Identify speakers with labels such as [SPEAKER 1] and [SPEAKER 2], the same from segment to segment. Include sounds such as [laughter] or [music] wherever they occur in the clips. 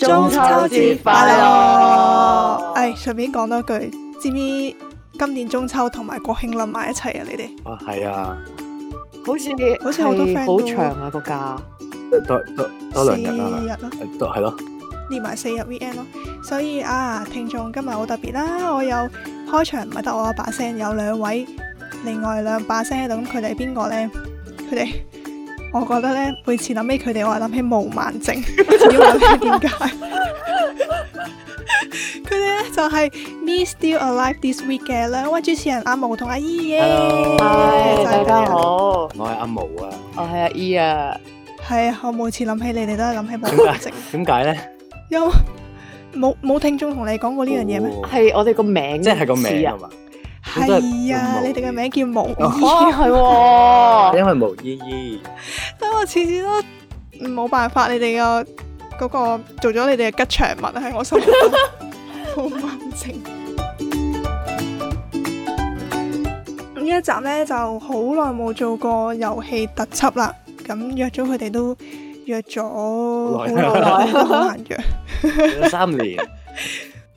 [SPEAKER 1] 中秋節快樂
[SPEAKER 2] 誒，順便講多句，知唔知今年中秋同埋國慶冧埋一齊啊？你哋
[SPEAKER 1] 啊，係啊，
[SPEAKER 3] 好似
[SPEAKER 2] 好似好多
[SPEAKER 3] 係
[SPEAKER 2] friend
[SPEAKER 3] 好
[SPEAKER 2] 都
[SPEAKER 3] 長啊個假，
[SPEAKER 1] 多多多兩日
[SPEAKER 2] 四
[SPEAKER 1] 啦，呃
[SPEAKER 2] 日咯，
[SPEAKER 1] 係都係咯，
[SPEAKER 2] 連埋四日 weekend 咯。所以啊，聽眾今日好特別啦，我有開場唔係得我一把聲，有兩位另外兩把聲喺度，咁佢哋係邊個呢？佢哋。我覺得呢，每次諗起佢哋，我係諗起毛孟靜，唔知諗起點解。佢哋呢就係、Me Still Alive This Week 嘅兩位主持人阿毛同阿姨嘅。
[SPEAKER 1] Hello
[SPEAKER 3] 唉，
[SPEAKER 1] 係
[SPEAKER 3] 大家好，我
[SPEAKER 1] 我係阿毛啊，
[SPEAKER 3] 係阿 E 啊，
[SPEAKER 2] 係啊，我每次諗起你哋都係諗起毛孟
[SPEAKER 3] [laughs]
[SPEAKER 2] 靜，
[SPEAKER 1] [laughs] 點解咧？
[SPEAKER 2] 因為冇冇聽眾同你講過呢樣嘢咩？
[SPEAKER 1] 哦？
[SPEAKER 3] 係我哋個名
[SPEAKER 1] 即係個
[SPEAKER 3] 似
[SPEAKER 1] 名啊
[SPEAKER 3] 啊，
[SPEAKER 1] 嘛，咁都係
[SPEAKER 2] 係啊，
[SPEAKER 1] 毛
[SPEAKER 2] 你哋嘅名叫毛
[SPEAKER 3] 哦
[SPEAKER 2] 姨，
[SPEAKER 3] 係喎，
[SPEAKER 2] 啊
[SPEAKER 1] 因為毛姨姨
[SPEAKER 2] 等我次次都冇辦法，你哋個嗰個做咗你哋嘅吉祥物喺我心目中好文靜。呢一集呢就好耐冇做過遊戲特輯啦，咁約咗佢哋都約咗好
[SPEAKER 1] 耐啦
[SPEAKER 2] 耐，好難約。
[SPEAKER 1] 有三年，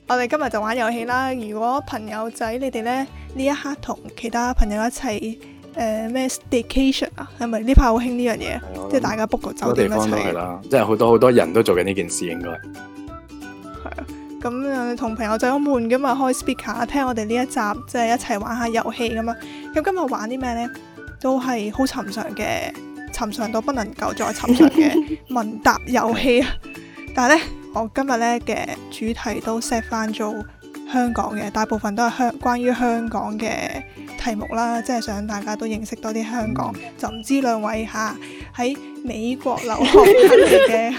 [SPEAKER 2] 我哋今日就玩遊戲啦。如果朋友仔你哋咧呢一刻同其他朋友一齊誒咩 staycation 啊，係咪呢排好興呢樣嘢？
[SPEAKER 1] 係
[SPEAKER 2] [laughs]
[SPEAKER 1] 我
[SPEAKER 2] 即係
[SPEAKER 1] 諗
[SPEAKER 2] 大家 book 個
[SPEAKER 1] 好
[SPEAKER 2] 酒
[SPEAKER 1] 多地
[SPEAKER 2] 店一
[SPEAKER 1] 方都係
[SPEAKER 2] 齊。啊
[SPEAKER 1] 啦，即係好多好多人都做緊呢件事，應該
[SPEAKER 2] 咁誒同朋友仔好悶噶嘛，開 speaker 聽我哋呢一集，即係一齊玩下遊戲咁啊。咁今日玩啲咩呢？都係好尋常嘅，尋常到不能夠再尋常嘅問答遊戲啊！但係呢，我今日呢嘅主題都 set 翻做香港嘅，大部分都係香關於香港嘅題目啦，即係想大家都認識多啲香港。就唔知兩位嚇喺美國留學嚟嘅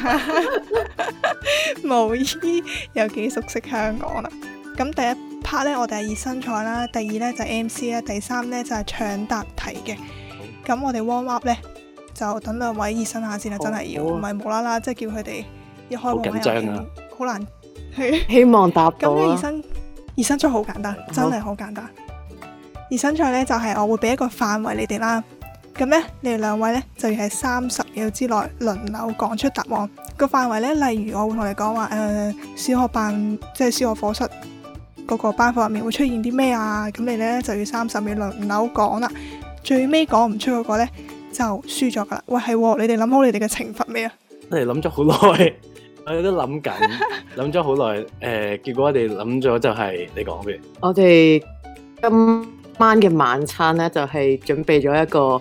[SPEAKER 2] 毛衣有幾熟悉香港啦。咁第一 part 咧，我哋係熱身賽啦；第二咧就係 MC 啦；第三咧就係搶答題嘅。咁我哋 warm up 咧，就等兩位熱身下先啦，
[SPEAKER 3] 好
[SPEAKER 2] 真係要
[SPEAKER 3] 好啊
[SPEAKER 2] 唔係無啦啦，即係叫佢哋一開
[SPEAKER 1] 緊
[SPEAKER 2] 玩
[SPEAKER 1] 張啊
[SPEAKER 2] 好難係。
[SPEAKER 3] 希望答到
[SPEAKER 2] 咁
[SPEAKER 1] 啊
[SPEAKER 2] 咧，熱
[SPEAKER 3] 啦，
[SPEAKER 2] 身熱身賽好簡單，真係好簡單。熱身賽咧就係、我會俾一個範圍你哋啦，咁咧你哋兩位咧就要喺三十秒之內輪流講出答案。個範圍咧，例如我會同你講話呃誒，小學辦即係小學課室嗰個班房入面會出現啲咩啊？咁你咧就要三十秒輪流講啦，最尾講唔出嗰個咧就輸咗噶啦。喂，係喎、你哋諗好你哋嘅懲罰未啊？
[SPEAKER 1] 我哋諗咗好耐， [laughs] 我哋都諗緊，
[SPEAKER 2] [laughs]
[SPEAKER 1] 諗咗好耐，誒，呃結果我哋諗咗就係你講嘅，
[SPEAKER 3] 我哋今晚嘅晚餐咧就係準備咗一個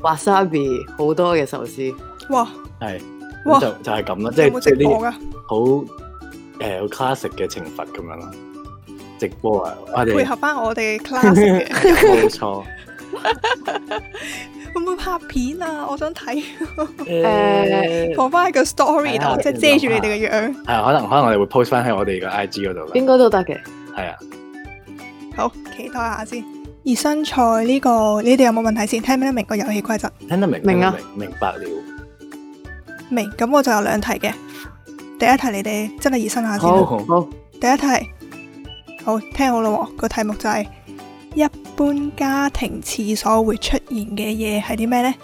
[SPEAKER 3] wasabi 好多嘅壽司，
[SPEAKER 2] 哇
[SPEAKER 1] 係
[SPEAKER 2] 哇
[SPEAKER 1] 咁就，就係咁啦，即
[SPEAKER 2] 有
[SPEAKER 1] 係
[SPEAKER 2] 冇
[SPEAKER 1] 即
[SPEAKER 2] 直
[SPEAKER 1] 係呢
[SPEAKER 2] 播
[SPEAKER 1] 件
[SPEAKER 2] 噶？
[SPEAKER 1] 好誒好 classic 嘅懲罰咁樣啦，直播啊，我
[SPEAKER 2] 配
[SPEAKER 1] 哋
[SPEAKER 2] 合翻我哋 class
[SPEAKER 1] [laughs]
[SPEAKER 2] 嘅。
[SPEAKER 1] 冇錯
[SPEAKER 2] 會唔會拍片啊？我想睇，
[SPEAKER 3] 嗯
[SPEAKER 1] Ờ, 誒，
[SPEAKER 2] 放翻喺個 story
[SPEAKER 1] 係啊
[SPEAKER 2] 度，即係遮住你哋嘅樣。
[SPEAKER 1] 係可能可能我哋會 post 翻喺我哋個 IG 嗰度
[SPEAKER 3] 應
[SPEAKER 1] 啦，
[SPEAKER 3] 該都得嘅。
[SPEAKER 1] 係啊，
[SPEAKER 2] 好，期待下先。熱身賽呢個，你哋有冇問題先？聽唔聽得明個遊戲規則？
[SPEAKER 1] 聽得明
[SPEAKER 3] 明啊
[SPEAKER 1] 聽得明明白了，
[SPEAKER 2] 明，咁我就有兩題嘅。第一題你哋真係熱身下先
[SPEAKER 3] 好
[SPEAKER 2] 啦。
[SPEAKER 3] 好
[SPEAKER 2] 第一題，好聽好啦喎，個題目就係、一般家庭廁所會出現嘅嘢係啲咩呢？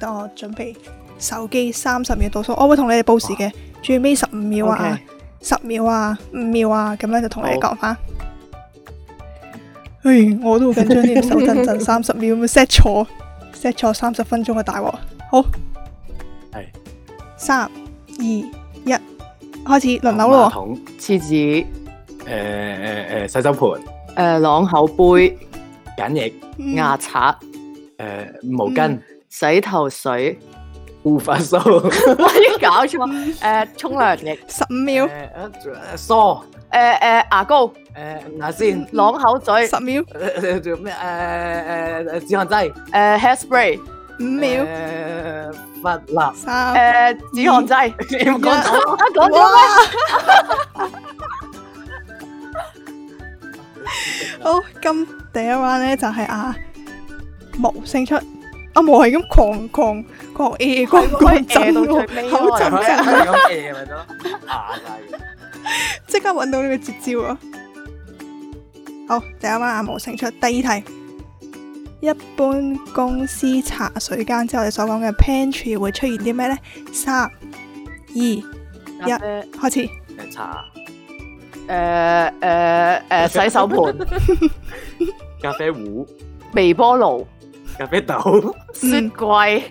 [SPEAKER 2] 等我準備手機三十秒倒數，我會同你哋報時嘅，最尾十五秒啊。
[SPEAKER 3] ，OK，
[SPEAKER 2] 十秒啊、五秒啊，咁咧就同你講翻。唉，我都好緊張添，手震震三十秒，咪 set 錯，set 錯三十分鐘嘅大鑊。好，
[SPEAKER 1] 係
[SPEAKER 2] 三二一，開始輪流
[SPEAKER 1] 馬
[SPEAKER 2] 咯
[SPEAKER 1] 桶
[SPEAKER 3] 廁紙，
[SPEAKER 1] 誒誒誒洗手盤
[SPEAKER 3] 誒朗口杯、
[SPEAKER 1] 梘液
[SPEAKER 2] 喎。
[SPEAKER 3] 牙刷、
[SPEAKER 1] 誒毛巾
[SPEAKER 3] 洗頭 [laughs] 水。
[SPEAKER 1] 護髮素
[SPEAKER 3] 我已經搞錯，誒沖涼液，
[SPEAKER 2] 十五秒，
[SPEAKER 1] 誒梳
[SPEAKER 3] 誒誒牙膏，
[SPEAKER 1] 誒牙線
[SPEAKER 3] 朗口嘴，誒
[SPEAKER 2] 十秒，
[SPEAKER 1] 誒仲有咩誒誒誒止汗劑
[SPEAKER 3] Ờ, hairspray，
[SPEAKER 2] 五秒，
[SPEAKER 1] 誒髮蠟
[SPEAKER 2] 三
[SPEAKER 3] 誒止汗劑，
[SPEAKER 1] 你有冇講
[SPEAKER 3] [laughs]
[SPEAKER 1] 錯？
[SPEAKER 3] 啊講咗
[SPEAKER 2] 哇！好，咁第一 round 咧就係啊毛勝出，阿毛係咁狂狂狂 A 狂狂震
[SPEAKER 3] 到
[SPEAKER 2] 喎，
[SPEAKER 3] 最尾
[SPEAKER 2] 口震
[SPEAKER 1] 係
[SPEAKER 2] [laughs] 震，
[SPEAKER 1] 係咁嘅咪得牙曬嘅。
[SPEAKER 2] 即刻揾到呢個絕招啊！好，第一 round 阿毛勝出，第二題。一般公司茶水間即係我哋所講嘅 pantry 會出現啲咩呢？三、二、一
[SPEAKER 3] 咖啡
[SPEAKER 2] 開始。
[SPEAKER 3] 誒茶，誒誒誒洗手盆、
[SPEAKER 1] 咖啡壺、
[SPEAKER 3] 微波爐、
[SPEAKER 1] 咖啡豆、
[SPEAKER 3] 雪櫃、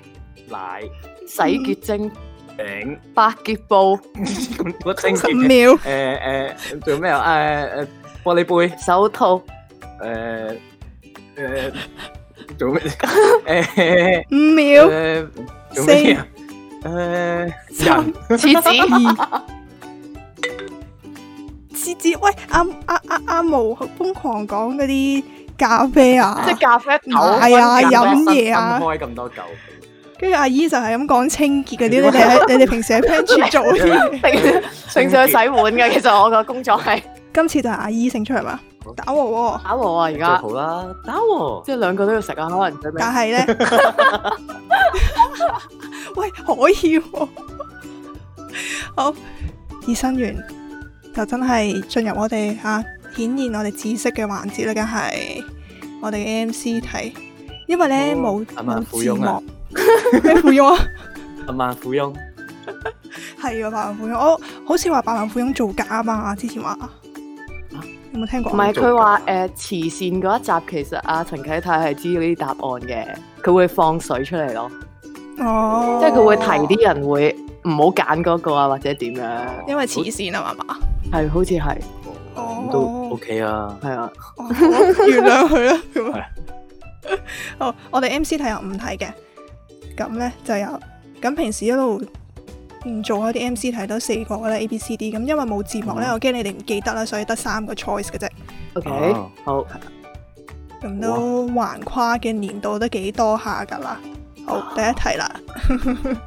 [SPEAKER 1] 奶、
[SPEAKER 3] 洗潔精、
[SPEAKER 1] 餅，
[SPEAKER 3] 百潔布、
[SPEAKER 1] 咁我清
[SPEAKER 2] 十五
[SPEAKER 1] 潔嘅。
[SPEAKER 2] 秒，
[SPEAKER 1] 誒誒，做咩啊？誒誒，玻璃杯。
[SPEAKER 3] 手套、
[SPEAKER 1] 誒誒，做咩？誒
[SPEAKER 2] 五秒，
[SPEAKER 3] 呃
[SPEAKER 1] 誒，做咩啊？誒，人
[SPEAKER 3] 廁
[SPEAKER 2] [laughs]
[SPEAKER 3] 紙、
[SPEAKER 2] 次次喂阿阿阿阿毛瘋狂講嗰啲咖啡啊
[SPEAKER 3] 即，係咖啡豆。
[SPEAKER 2] 係啊飲嘢啊
[SPEAKER 1] 分開咁多嚿，
[SPEAKER 2] 跟住阿姨就係咁講清潔嗰啲，你哋喺你哋平時喺 pantry 做嘅嘢。
[SPEAKER 3] 平平
[SPEAKER 1] [laughs]
[SPEAKER 3] 時去洗碗嘅，其實我個工作係
[SPEAKER 2] 今次就係阿姨勝出係嘛？打和喎，
[SPEAKER 3] 打和啊，而
[SPEAKER 1] 最
[SPEAKER 3] 家
[SPEAKER 1] 好啦，打喎。
[SPEAKER 3] 即係兩個都要食啊，可能最尾
[SPEAKER 2] 但係咧， [laughs] 喂可以喎、好，熱身完就真係進入我哋嚇、啊、顯現我哋知識嘅環節啦，梗係我哋嘅 M C 睇，因為咧冇
[SPEAKER 1] 哦阿
[SPEAKER 2] 冇
[SPEAKER 1] 曼
[SPEAKER 2] 字
[SPEAKER 1] 富翁啊
[SPEAKER 2] 幕，咩附庸啊？
[SPEAKER 1] 十萬富翁
[SPEAKER 2] 係啊，百萬富翁，我好似話百萬富翁造假啊嘛，之前話有冇聽過
[SPEAKER 3] 唔
[SPEAKER 2] 啊？
[SPEAKER 3] 係佢話誒慈善嗰一集，其實阿陳啟泰係知呢啲答案嘅，佢會放水出嚟咯，
[SPEAKER 2] 哦，
[SPEAKER 3] 即係佢會提，啲人會唔好揀嗰個啊，或者點樣，
[SPEAKER 2] 因為慈善啊嘛嘛。
[SPEAKER 3] 係好似係
[SPEAKER 1] 咁都 OK ờ, 啊，
[SPEAKER 3] 係啊，
[SPEAKER 2] 哦好啊原諒佢啦，咁啊。好，我哋 M C 題有五題嘅，咁咧就有咁平時一路唔做開啲 M C 題都四個啦，A、B、C、D。咁因為冇字幕咧，
[SPEAKER 1] 嗯
[SPEAKER 2] 我驚你哋唔記得啦，所以得三個 choice 嘅啫。
[SPEAKER 3] OK
[SPEAKER 1] 哦
[SPEAKER 3] 好，
[SPEAKER 2] 咁都橫跨嘅年度都幾多下噶啦。好，第一題啦，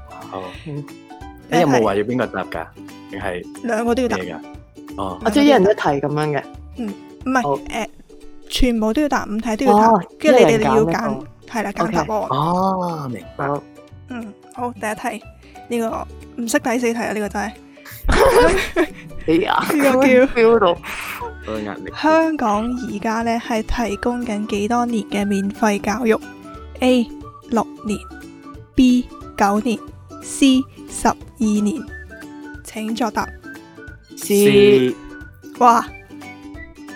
[SPEAKER 1] 好。
[SPEAKER 2] 第
[SPEAKER 1] 你
[SPEAKER 2] 一
[SPEAKER 1] 有哎冇
[SPEAKER 2] 題
[SPEAKER 1] 話要邊個答㗎？定係
[SPEAKER 2] 兩個都要答，
[SPEAKER 1] 咩㗎？哦，
[SPEAKER 3] 我即係一人一題咁樣嘅，
[SPEAKER 2] 唔
[SPEAKER 3] 好
[SPEAKER 2] 係誒，全部都要答，五題都要答
[SPEAKER 3] 哦，
[SPEAKER 2] 跟住你
[SPEAKER 3] 一
[SPEAKER 2] 哋
[SPEAKER 3] 人
[SPEAKER 2] 要
[SPEAKER 3] 揀一個
[SPEAKER 2] 揀係啦，揀答案。
[SPEAKER 1] 哦，明白。
[SPEAKER 3] 好
[SPEAKER 2] 嗯，好，第一題呢、個唔識睇死題啊，呢、個真係
[SPEAKER 3] 哎 [laughs] 呀，
[SPEAKER 2] 呢個叫
[SPEAKER 3] feel 到
[SPEAKER 1] 嗰個壓力。
[SPEAKER 2] [laughs] 香港而家呢係提供緊幾多年嘅免費教育？A 六年，B 九年，C 十二年。請作答。
[SPEAKER 3] 是
[SPEAKER 2] 哇，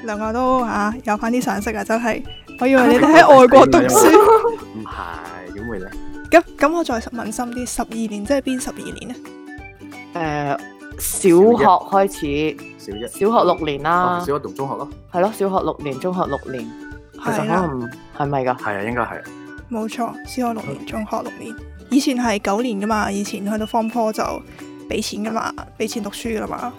[SPEAKER 2] 兩個都啊有翻啲常識啊，真係。我以為你哋喺外國讀
[SPEAKER 3] [laughs]
[SPEAKER 2] 書。
[SPEAKER 1] 唔係點會咧？
[SPEAKER 2] 咁咁，我再問深啲，十二年即係邊十二年呢？啊
[SPEAKER 3] 誒呃小學開始，
[SPEAKER 1] 小一，
[SPEAKER 3] 小學六年
[SPEAKER 1] 哦
[SPEAKER 3] 啦，
[SPEAKER 1] 小一讀中學咯。
[SPEAKER 3] 係咯，小學六年，中學六年，其實可
[SPEAKER 2] 係啦，
[SPEAKER 3] 能唔係咪㗎？
[SPEAKER 1] 係啊，應該係。
[SPEAKER 2] 冇錯，小學六年，中學六年。以前係九年噶嘛，以前去到 form four 就俾錢噶嘛，俾錢讀書噶嘛，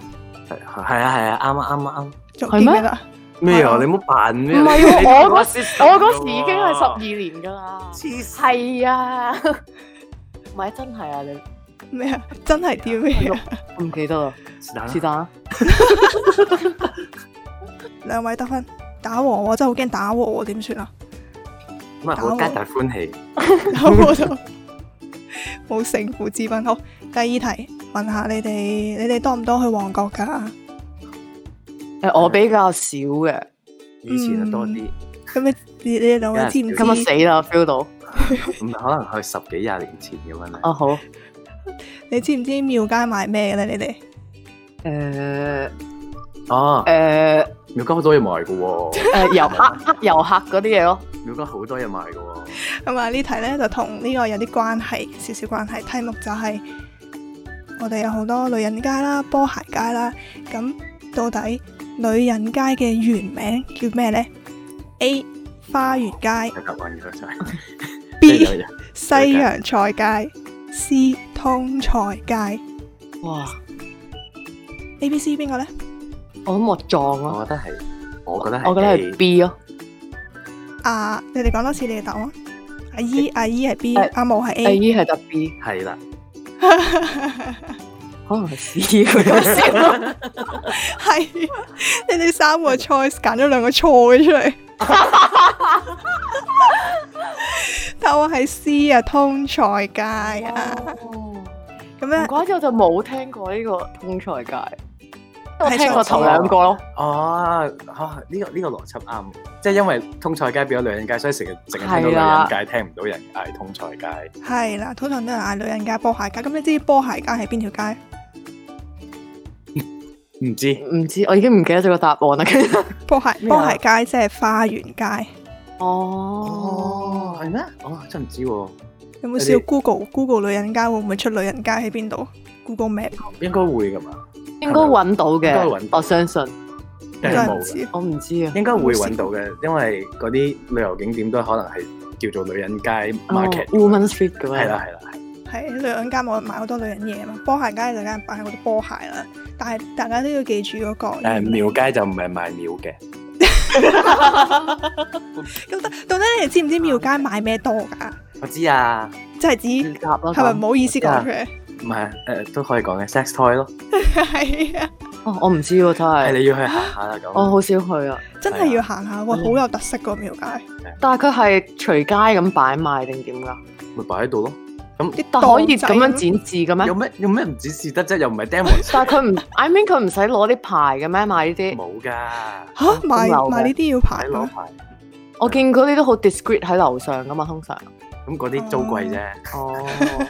[SPEAKER 1] 係係啊係啊，啱啊啱啊啱。
[SPEAKER 2] 仲
[SPEAKER 3] 係
[SPEAKER 2] 記唔
[SPEAKER 3] 咩
[SPEAKER 2] 記得？
[SPEAKER 1] 咩
[SPEAKER 2] 係啊
[SPEAKER 1] 啊？你唔好扮
[SPEAKER 3] 唔
[SPEAKER 1] 咩？
[SPEAKER 3] 係
[SPEAKER 1] 你
[SPEAKER 3] 喎，我嗰
[SPEAKER 1] 你
[SPEAKER 3] 時我嗰時已經係十二年㗎啦。
[SPEAKER 1] 黐線
[SPEAKER 3] 係啊，唔係真係啊，你
[SPEAKER 2] 咩啊？真係屌咩啊？
[SPEAKER 3] 我唔記得啦，
[SPEAKER 1] 是但啦
[SPEAKER 3] 是但啦。
[SPEAKER 2] 兩位得分，打和我真係好驚打和我點算啊？
[SPEAKER 1] 咁啊，好皆大歡喜。
[SPEAKER 2] 打和就冇勝負之分。好，第二題問下你哋，你哋多唔多去旺角㗎？
[SPEAKER 3] 誒，我比較少嘅，
[SPEAKER 1] 以前啊多啲，
[SPEAKER 2] 咁你你你哋兩位知唔
[SPEAKER 1] 有人
[SPEAKER 2] 知
[SPEAKER 1] 少
[SPEAKER 3] 今日死啦，feel 到。
[SPEAKER 1] 唔可能去十幾廿年前咁樣咧。
[SPEAKER 3] 啊好，
[SPEAKER 2] 你知唔知廟街賣咩嘅咧？你哋
[SPEAKER 3] 誒
[SPEAKER 1] 哦，
[SPEAKER 3] 誒
[SPEAKER 1] 廟街好多嘢賣嘅喎， [laughs]
[SPEAKER 3] 誒遊呃客黑遊客嗰啲嘢咯，
[SPEAKER 1] 廟街好多嘢賣嘅喎。
[SPEAKER 3] [laughs]
[SPEAKER 2] 咁啊呢題咧就同呢個有啲關係，少少關係。題目就係、我哋有好多女人街啦、波鞋街啦，咁到底女人街嘅原名叫咩呢 a 花園街
[SPEAKER 1] 有答案嘅真係。
[SPEAKER 2] ，B
[SPEAKER 1] 有有有
[SPEAKER 2] 西洋菜街，C 通菜街。
[SPEAKER 3] 哇！
[SPEAKER 2] A、B、C 邊個呢？
[SPEAKER 3] 我諗我撞咯，
[SPEAKER 1] 我覺得係，我覺得係，
[SPEAKER 3] 我覺得係 B 咯，
[SPEAKER 2] 啊，你哋講多次你嘅答案。阿姨，阿姨係 B，
[SPEAKER 3] 係
[SPEAKER 2] 阿毛係
[SPEAKER 3] 第二
[SPEAKER 2] A。
[SPEAKER 3] 係得 B，
[SPEAKER 1] 係啦，
[SPEAKER 3] 可能係
[SPEAKER 1] [laughs]
[SPEAKER 3] C 佢都笑咯。
[SPEAKER 2] 係，你哋三個 choice 揀咗兩個錯嘅出嚟。答案係 C 啊，通菜街啊，咁
[SPEAKER 3] 哦唔
[SPEAKER 2] 咧
[SPEAKER 3] 怪之我就冇聽過呢個通菜街，我
[SPEAKER 2] 係
[SPEAKER 3] 聽過
[SPEAKER 2] 錯
[SPEAKER 3] 頭兩個咯。
[SPEAKER 1] 哦，嚇呢個呢個邏輯啱，即係因為通菜街變咗女人街，所以成日淨係
[SPEAKER 3] 係
[SPEAKER 1] 聽到
[SPEAKER 3] 啊
[SPEAKER 1] 女人街，聽唔到人嗌通菜街。
[SPEAKER 2] 係啦，通常都係嗌女人街、波鞋街。咁你知波鞋街係邊條街？
[SPEAKER 1] 唔知
[SPEAKER 3] 唔知我已經唔記得咗個答案啦。
[SPEAKER 2] 波鞋
[SPEAKER 1] 咩啊
[SPEAKER 2] 波鞋街即係花園街，
[SPEAKER 3] 哦，
[SPEAKER 1] 係咩？哦，真唔知喎，
[SPEAKER 2] 有冇
[SPEAKER 1] 你
[SPEAKER 2] 試過 Google Google 女人街會唔會出女人街喺邊度？Google Map
[SPEAKER 1] 應該會噶嘛，
[SPEAKER 3] 應該揾到
[SPEAKER 1] 應該
[SPEAKER 3] 嘅
[SPEAKER 1] 揾，到
[SPEAKER 3] 我相信。
[SPEAKER 1] 定
[SPEAKER 2] 真
[SPEAKER 1] 係
[SPEAKER 2] 係唔
[SPEAKER 1] 冇嘅？
[SPEAKER 2] 知。
[SPEAKER 3] 我唔知啊，
[SPEAKER 1] 應該會揾到嘅，因為嗰啲旅遊景點都可能係叫做女人街
[SPEAKER 3] 哦
[SPEAKER 1] market，
[SPEAKER 3] Woman Street 咁樣。
[SPEAKER 1] 係啦係啦，係
[SPEAKER 2] 係女人街冇人買好多女人嘢嘛，波鞋街就梗係擺好多波鞋啦。但係大家都要記住嗰個
[SPEAKER 1] 誒廟街就唔係賣廟嘅，
[SPEAKER 2] 咁到到底你哋知唔知廟街買咩多㗎？
[SPEAKER 1] 我知啊，
[SPEAKER 2] 即係指
[SPEAKER 3] 答啦，
[SPEAKER 2] 係咪唔好意思
[SPEAKER 3] 啊
[SPEAKER 2] 講出嚟？
[SPEAKER 1] 唔係誒都可以講嘅 sex toy 咯，
[SPEAKER 2] 係啊，
[SPEAKER 3] 哦我唔知喎，真
[SPEAKER 1] 係
[SPEAKER 3] 係。
[SPEAKER 1] 你要去行下啦
[SPEAKER 3] 我
[SPEAKER 1] 咁，
[SPEAKER 3] 好少去啊，
[SPEAKER 2] 真係要行下，哇，好有特色個廟街，
[SPEAKER 3] 但係佢係隨街咁擺賣定點㗎？
[SPEAKER 1] 咪擺喺度咯。
[SPEAKER 2] 啲
[SPEAKER 3] 但可以
[SPEAKER 2] 檔仔
[SPEAKER 3] 咁樣展
[SPEAKER 2] 咯
[SPEAKER 3] 示嘅咩
[SPEAKER 1] 有？咩有咩唔止是得啫？又唔係 demo
[SPEAKER 3] [laughs] 但係佢唔，I mean 佢唔使攞啲牌嘅咩？買呢啲，
[SPEAKER 1] 冇㗎，
[SPEAKER 2] 吓賣
[SPEAKER 3] 樓嘅
[SPEAKER 2] 賣呢啲要排
[SPEAKER 1] 喺攞
[SPEAKER 2] 咩？
[SPEAKER 1] 牌。
[SPEAKER 3] 我見嗰啲都好 discreet 喺樓上噶嘛，通常。
[SPEAKER 1] 咁嗰啲租貴啫，
[SPEAKER 3] 哦，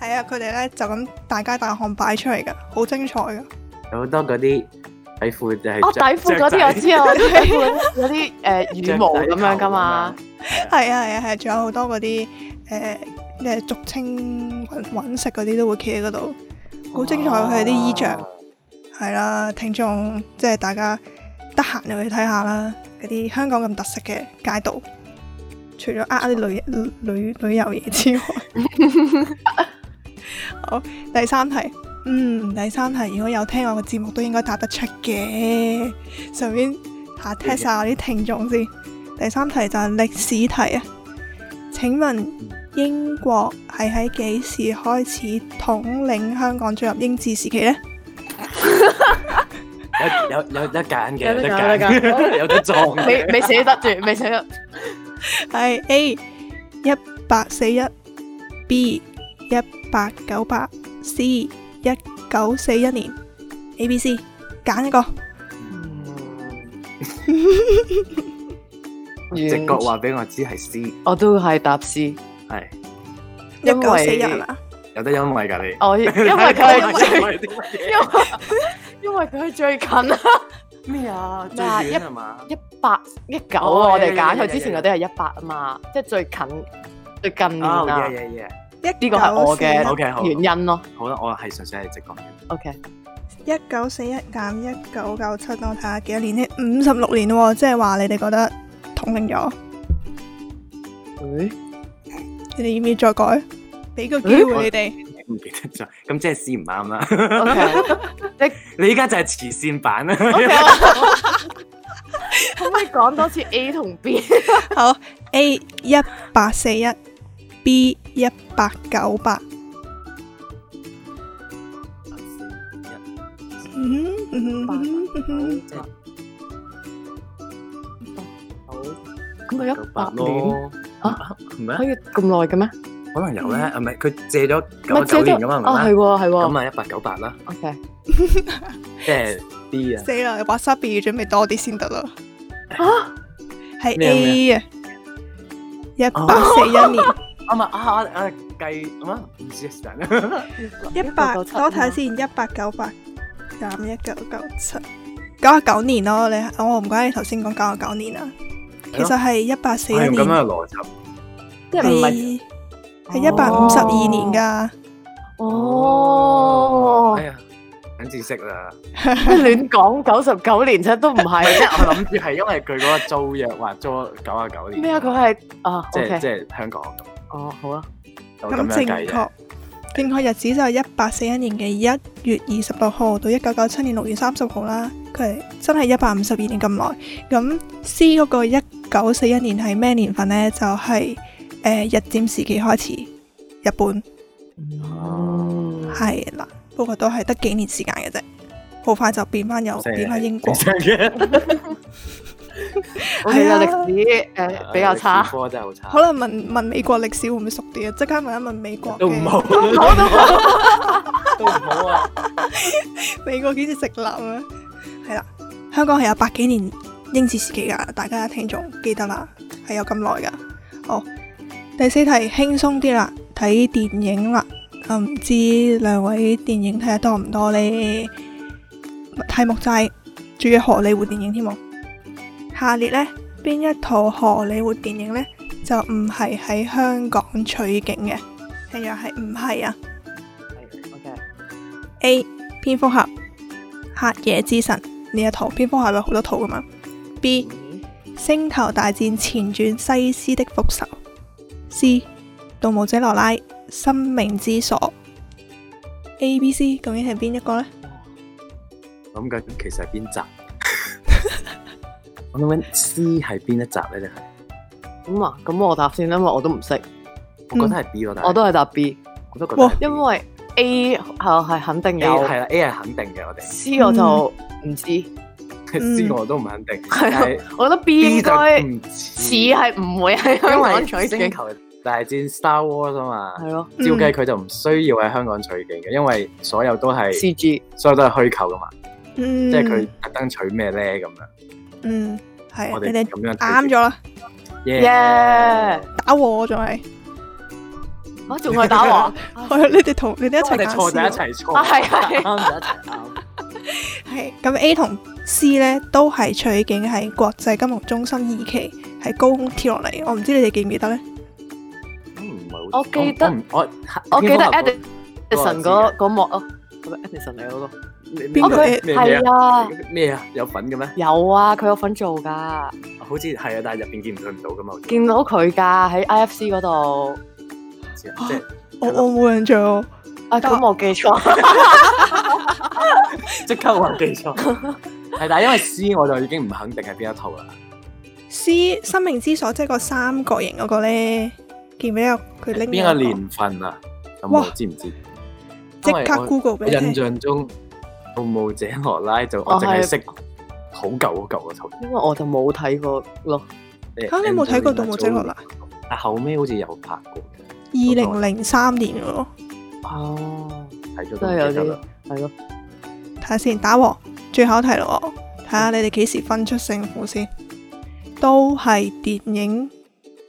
[SPEAKER 2] 係啊，佢哋咧就咁大街大巷擺出嚟㗎，好精彩㗎。
[SPEAKER 1] 有好多嗰啲底褲就係
[SPEAKER 3] 哦
[SPEAKER 1] 雀
[SPEAKER 3] 底褲嗰啲我知啊，我
[SPEAKER 1] [laughs]
[SPEAKER 3] 知底褲嗰啲誒
[SPEAKER 1] 雀
[SPEAKER 3] 羽
[SPEAKER 1] 仔
[SPEAKER 3] 毛咁樣噶嘛，
[SPEAKER 1] 頭咁樣，係啊
[SPEAKER 2] 係啊係啊係啊，仲有好多嗰啲誒誒俗稱揾揾食嗰啲都會企喺嗰度，好精彩佢哋啲衣着。係啦，聽眾即係大家得閒就去睇下啦，嗰啲香港咁特色嘅街道，除咗呃啲旅旅旅遊嘢之外，好第三題，嗯，第三題如果有聽我嘅節目都應該答得出嘅，順便下 test 下我啲聽眾先。第三題就係歷史題啊，請問英國係喺幾時開始統領香港進入英治時期呢？
[SPEAKER 1] 有有有得揀嘅，
[SPEAKER 3] 有
[SPEAKER 1] 有
[SPEAKER 3] 得
[SPEAKER 1] 得
[SPEAKER 3] 揀有得
[SPEAKER 1] 揀，有得撞
[SPEAKER 3] 未
[SPEAKER 1] 嘅。
[SPEAKER 3] 未寫得住，未寫得。
[SPEAKER 2] 系 A 一八四一，B 一八九八，C 一九四一年，A、B、C 揀一個，
[SPEAKER 1] 直覺
[SPEAKER 3] 完
[SPEAKER 1] 話俾我知係 C，
[SPEAKER 3] 我都係答 C，
[SPEAKER 1] [laughs] 係
[SPEAKER 2] 一
[SPEAKER 3] 因
[SPEAKER 2] 九四
[SPEAKER 3] 為
[SPEAKER 2] 一係嘛？
[SPEAKER 1] 有得因為㗎你。
[SPEAKER 3] 我因為佢係最，
[SPEAKER 1] 因為啲乜嘢
[SPEAKER 3] 因為因為佢係最近啊，
[SPEAKER 1] 咩啊？最
[SPEAKER 3] 嗱
[SPEAKER 1] 遠係嘛？
[SPEAKER 3] 一百一九啊，
[SPEAKER 1] 哦
[SPEAKER 3] 我哋
[SPEAKER 1] 呀呀
[SPEAKER 3] 揀
[SPEAKER 1] 呀
[SPEAKER 3] 佢之前
[SPEAKER 1] 呀
[SPEAKER 3] 嗰啲係一百啊嘛，即係最近最近年
[SPEAKER 1] 哦
[SPEAKER 3] 啊，
[SPEAKER 1] Oh, ，yeah yeah oh,
[SPEAKER 2] 一
[SPEAKER 3] 呢個係我嘅
[SPEAKER 1] yeah，OK 好，
[SPEAKER 3] 原因咯。
[SPEAKER 1] 好啦，我係純粹係直覺嘅。
[SPEAKER 3] OK，
[SPEAKER 2] 一九四一減一九九七，我睇下幾多年呢？五十六年喎，即係話你哋覺得統領咗，
[SPEAKER 3] 誒
[SPEAKER 2] 你哋要唔要再改？俾個機會你哋，
[SPEAKER 1] 唔記得咗，咁即係 C 唔 [laughs] 啱啦。
[SPEAKER 3] OK。
[SPEAKER 1] 你依家就係慈善版啦。 [laughs]
[SPEAKER 3] O K，可唔可以講多次 A 同 B？
[SPEAKER 2] 好 A 一八四一，B 一八九八，嗯哼嗯哼嗯哼
[SPEAKER 3] 咁咪一百年
[SPEAKER 1] 咯
[SPEAKER 3] 啊
[SPEAKER 1] 啊？唔係
[SPEAKER 3] 可以咁耐嘅咩？
[SPEAKER 1] 可能有咧，係咪佢借咗
[SPEAKER 3] 咪
[SPEAKER 1] 九九年咁
[SPEAKER 3] 哦，
[SPEAKER 1] 啊？
[SPEAKER 3] 係
[SPEAKER 1] 係咪？
[SPEAKER 3] 喎係
[SPEAKER 1] 咁
[SPEAKER 3] 喎。
[SPEAKER 1] 啊，一八九八啦，
[SPEAKER 3] O K，
[SPEAKER 1] 即係 D 啊。
[SPEAKER 2] 死啦！你 wasabi 要準備多啲先得啦。
[SPEAKER 3] 啊
[SPEAKER 2] 係
[SPEAKER 1] 咩啊
[SPEAKER 2] A 啊，一八四一年，
[SPEAKER 1] 啱啊啊啊！計咁啊，唔知啊，
[SPEAKER 2] 一百多睇下先，一八九八減一九九七，九啊九年咯。你我唔怪你頭先講九啊九年啦，其實係一八四一
[SPEAKER 1] 係啊
[SPEAKER 2] 年，
[SPEAKER 1] 用哎咁樣嘅邏
[SPEAKER 3] 哦
[SPEAKER 1] 輯。
[SPEAKER 3] 即係唔係
[SPEAKER 2] 係係一百五十二年噶。
[SPEAKER 3] 哦 [laughs]
[SPEAKER 1] 哎，呀，等知識啦。
[SPEAKER 3] 咩亂講九十九年啫，都唔
[SPEAKER 1] 即
[SPEAKER 3] 係
[SPEAKER 1] 係 [laughs] 我諗住係因為佢嗰個租約話租九啊九年。
[SPEAKER 3] 咩啊？佢係啊
[SPEAKER 1] 即
[SPEAKER 3] Ờ,
[SPEAKER 1] 係
[SPEAKER 3] OK，Ờ,
[SPEAKER 1] 即係香港咁，
[SPEAKER 3] 哦好啊，
[SPEAKER 1] 就咁
[SPEAKER 2] 咁
[SPEAKER 1] 樣
[SPEAKER 2] 正
[SPEAKER 1] 計
[SPEAKER 2] 確
[SPEAKER 1] 嘅。
[SPEAKER 2] 正確日子就係一八四一年嘅一月二十六號到一九九七年六月三十號啦。佢係真係一百五十二年咁耐。咁 C 嗰個一九四一年係咩年份呢？就係、呃日佔時期開始，日本
[SPEAKER 1] 嗯
[SPEAKER 2] 係啦。不過都係得幾年時間嘅啫，好快就變翻有
[SPEAKER 1] 即係
[SPEAKER 3] 啊
[SPEAKER 2] 變翻英國。
[SPEAKER 1] 嘅，
[SPEAKER 3] 我哋
[SPEAKER 2] 係啊
[SPEAKER 3] 嘅歷史誒 [laughs] 比較
[SPEAKER 1] 啊歷史
[SPEAKER 3] 差，
[SPEAKER 1] 科真係好差。
[SPEAKER 2] 可能問問美國歷史會唔會熟啲啊？即刻問一問美國
[SPEAKER 1] 都唔好，
[SPEAKER 2] 嘅
[SPEAKER 1] 都
[SPEAKER 3] 我 [laughs] 都
[SPEAKER 1] 唔好啊！
[SPEAKER 2] [laughs] 美國幾時成立啊？係啦，香港係有百幾年英治時期噶，大家聽眾記得啦，係有咁耐噶。好，第四題輕鬆啲啦，睇電嗯影啦。啊唔知兩位電影睇得多唔多呢？題目就係仲要荷里活電影添喎。下列呢邊一套荷里活電影呢，就唔係喺香港取景嘅？聽樣係唔係啊
[SPEAKER 3] ，OK，
[SPEAKER 2] ？A. 蝙蝠俠、黑夜之神呢一套，蝙蝠俠有好多套噶嘛？B. 星球大戰前傳西斯的復仇。C. 盜墓者羅拉生命之鎖。A、B、C 究竟係邊一個呢？
[SPEAKER 1] 諗緊其實係邊集？ [laughs] 我諗緊 C 係邊一集咧？
[SPEAKER 3] 咁啊，咁我答先啦，因為我都唔識，
[SPEAKER 1] 定係我覺得係 B 咯，但
[SPEAKER 3] 嗯
[SPEAKER 1] 係
[SPEAKER 3] 我都係答 B，
[SPEAKER 1] 我都覺得係 B，
[SPEAKER 3] 因為 A 係係肯定
[SPEAKER 1] A
[SPEAKER 3] 有
[SPEAKER 1] 係啦，A 係肯定嘅，我哋
[SPEAKER 3] ，C 我就唔知，
[SPEAKER 2] 嗯
[SPEAKER 1] [laughs] C 我都唔肯定，
[SPEAKER 3] 係啊
[SPEAKER 1] 但係
[SPEAKER 3] 我覺得 B 應
[SPEAKER 1] B 就
[SPEAKER 3] 該
[SPEAKER 1] 唔
[SPEAKER 3] 似
[SPEAKER 1] 似，
[SPEAKER 3] 係唔會喺香
[SPEAKER 1] 因
[SPEAKER 3] 港
[SPEAKER 1] 為
[SPEAKER 3] 取
[SPEAKER 1] 星
[SPEAKER 3] 景，
[SPEAKER 1] 球大戰 Star Wars 啊嘛。
[SPEAKER 3] 係咯
[SPEAKER 2] 嗯
[SPEAKER 1] 照計佢就唔需要喺香港取景嘅，因為所有都係
[SPEAKER 3] ，CG
[SPEAKER 1] 所有都係虛構噶嘛，
[SPEAKER 2] 嗯，
[SPEAKER 1] 即係佢特登取咩咧咁樣，
[SPEAKER 2] 嗯係啊
[SPEAKER 1] 我
[SPEAKER 2] 你
[SPEAKER 1] 哋
[SPEAKER 2] 哋
[SPEAKER 1] 咁樣
[SPEAKER 2] 啱咗啦，
[SPEAKER 1] 耶！
[SPEAKER 3] Yeah
[SPEAKER 2] 打和我仲係，
[SPEAKER 3] 啊，仲係打
[SPEAKER 1] [laughs]
[SPEAKER 3] 和，
[SPEAKER 2] 係啊 [laughs] 你哋同你哋一
[SPEAKER 1] 我
[SPEAKER 2] 齊
[SPEAKER 1] 哋
[SPEAKER 2] 揀
[SPEAKER 1] 錯就一
[SPEAKER 2] C 喎
[SPEAKER 1] 齊錯，
[SPEAKER 3] 啊係係
[SPEAKER 1] 啱就一齊啱。
[SPEAKER 2] 係咁 A 同 C 呢都係取景喺國際金融中心二期，係高空跳落嚟。我唔知你哋記唔記得呢？
[SPEAKER 1] 咁嗯唔係好
[SPEAKER 3] 我記得
[SPEAKER 1] 唔我
[SPEAKER 3] 我記得 Edi-
[SPEAKER 1] 嗰
[SPEAKER 3] Edison
[SPEAKER 1] 個
[SPEAKER 3] 嗰嗰幕咯，係咪 Edison 嚟嗰個？哦
[SPEAKER 2] 邊個
[SPEAKER 1] 咩
[SPEAKER 2] Ed-
[SPEAKER 1] 咩咩
[SPEAKER 3] 係啊，
[SPEAKER 1] 咩啊？有份嘅咩？
[SPEAKER 3] 有啊，佢有份做㗎。
[SPEAKER 1] 好似係啊，但係入邊見唔到唔到噶嘛，好
[SPEAKER 3] [laughs]
[SPEAKER 1] 似
[SPEAKER 3] 見到佢㗎喺 IFC 嗰度，
[SPEAKER 1] 即
[SPEAKER 2] 啊
[SPEAKER 1] 係
[SPEAKER 2] 我我冇印象喎，
[SPEAKER 3] 啊咁我記錯，
[SPEAKER 1] 即刻話記
[SPEAKER 3] [laughs]
[SPEAKER 1] 錯。係，但係因為 C 我就已經唔肯定係邊一套啦。
[SPEAKER 2] C 生命之鎖即係個三角形嗰個咧，記唔記得佢拎咗
[SPEAKER 1] 邊個
[SPEAKER 2] 個
[SPEAKER 1] 年份啊？咁
[SPEAKER 2] 哇
[SPEAKER 1] 我知唔知？
[SPEAKER 2] 即
[SPEAKER 1] 因為
[SPEAKER 2] 刻
[SPEAKER 1] 我
[SPEAKER 2] Google
[SPEAKER 1] 我
[SPEAKER 2] 俾你
[SPEAKER 1] 印
[SPEAKER 2] 聽。
[SPEAKER 1] 象中《盜墓者羅拉》就我
[SPEAKER 3] 哦
[SPEAKER 1] 淨係
[SPEAKER 3] 係
[SPEAKER 1] 識好舊好舊嗰套。
[SPEAKER 3] 因為我就冇睇過咯。
[SPEAKER 2] 嚇你冇睇過《盜墓者羅拉》？？
[SPEAKER 1] 但後尾好似有拍過嘅，
[SPEAKER 2] 二零零三年嘅喎，
[SPEAKER 3] 哦，
[SPEAKER 1] 睇咗都
[SPEAKER 3] 真係
[SPEAKER 1] 唔
[SPEAKER 3] 有
[SPEAKER 1] 記得
[SPEAKER 3] 啲
[SPEAKER 1] 啦。
[SPEAKER 3] 係咯，
[SPEAKER 2] 睇下先打和最後一題咯喎，睇下你哋幾時分出勝負先。都係電影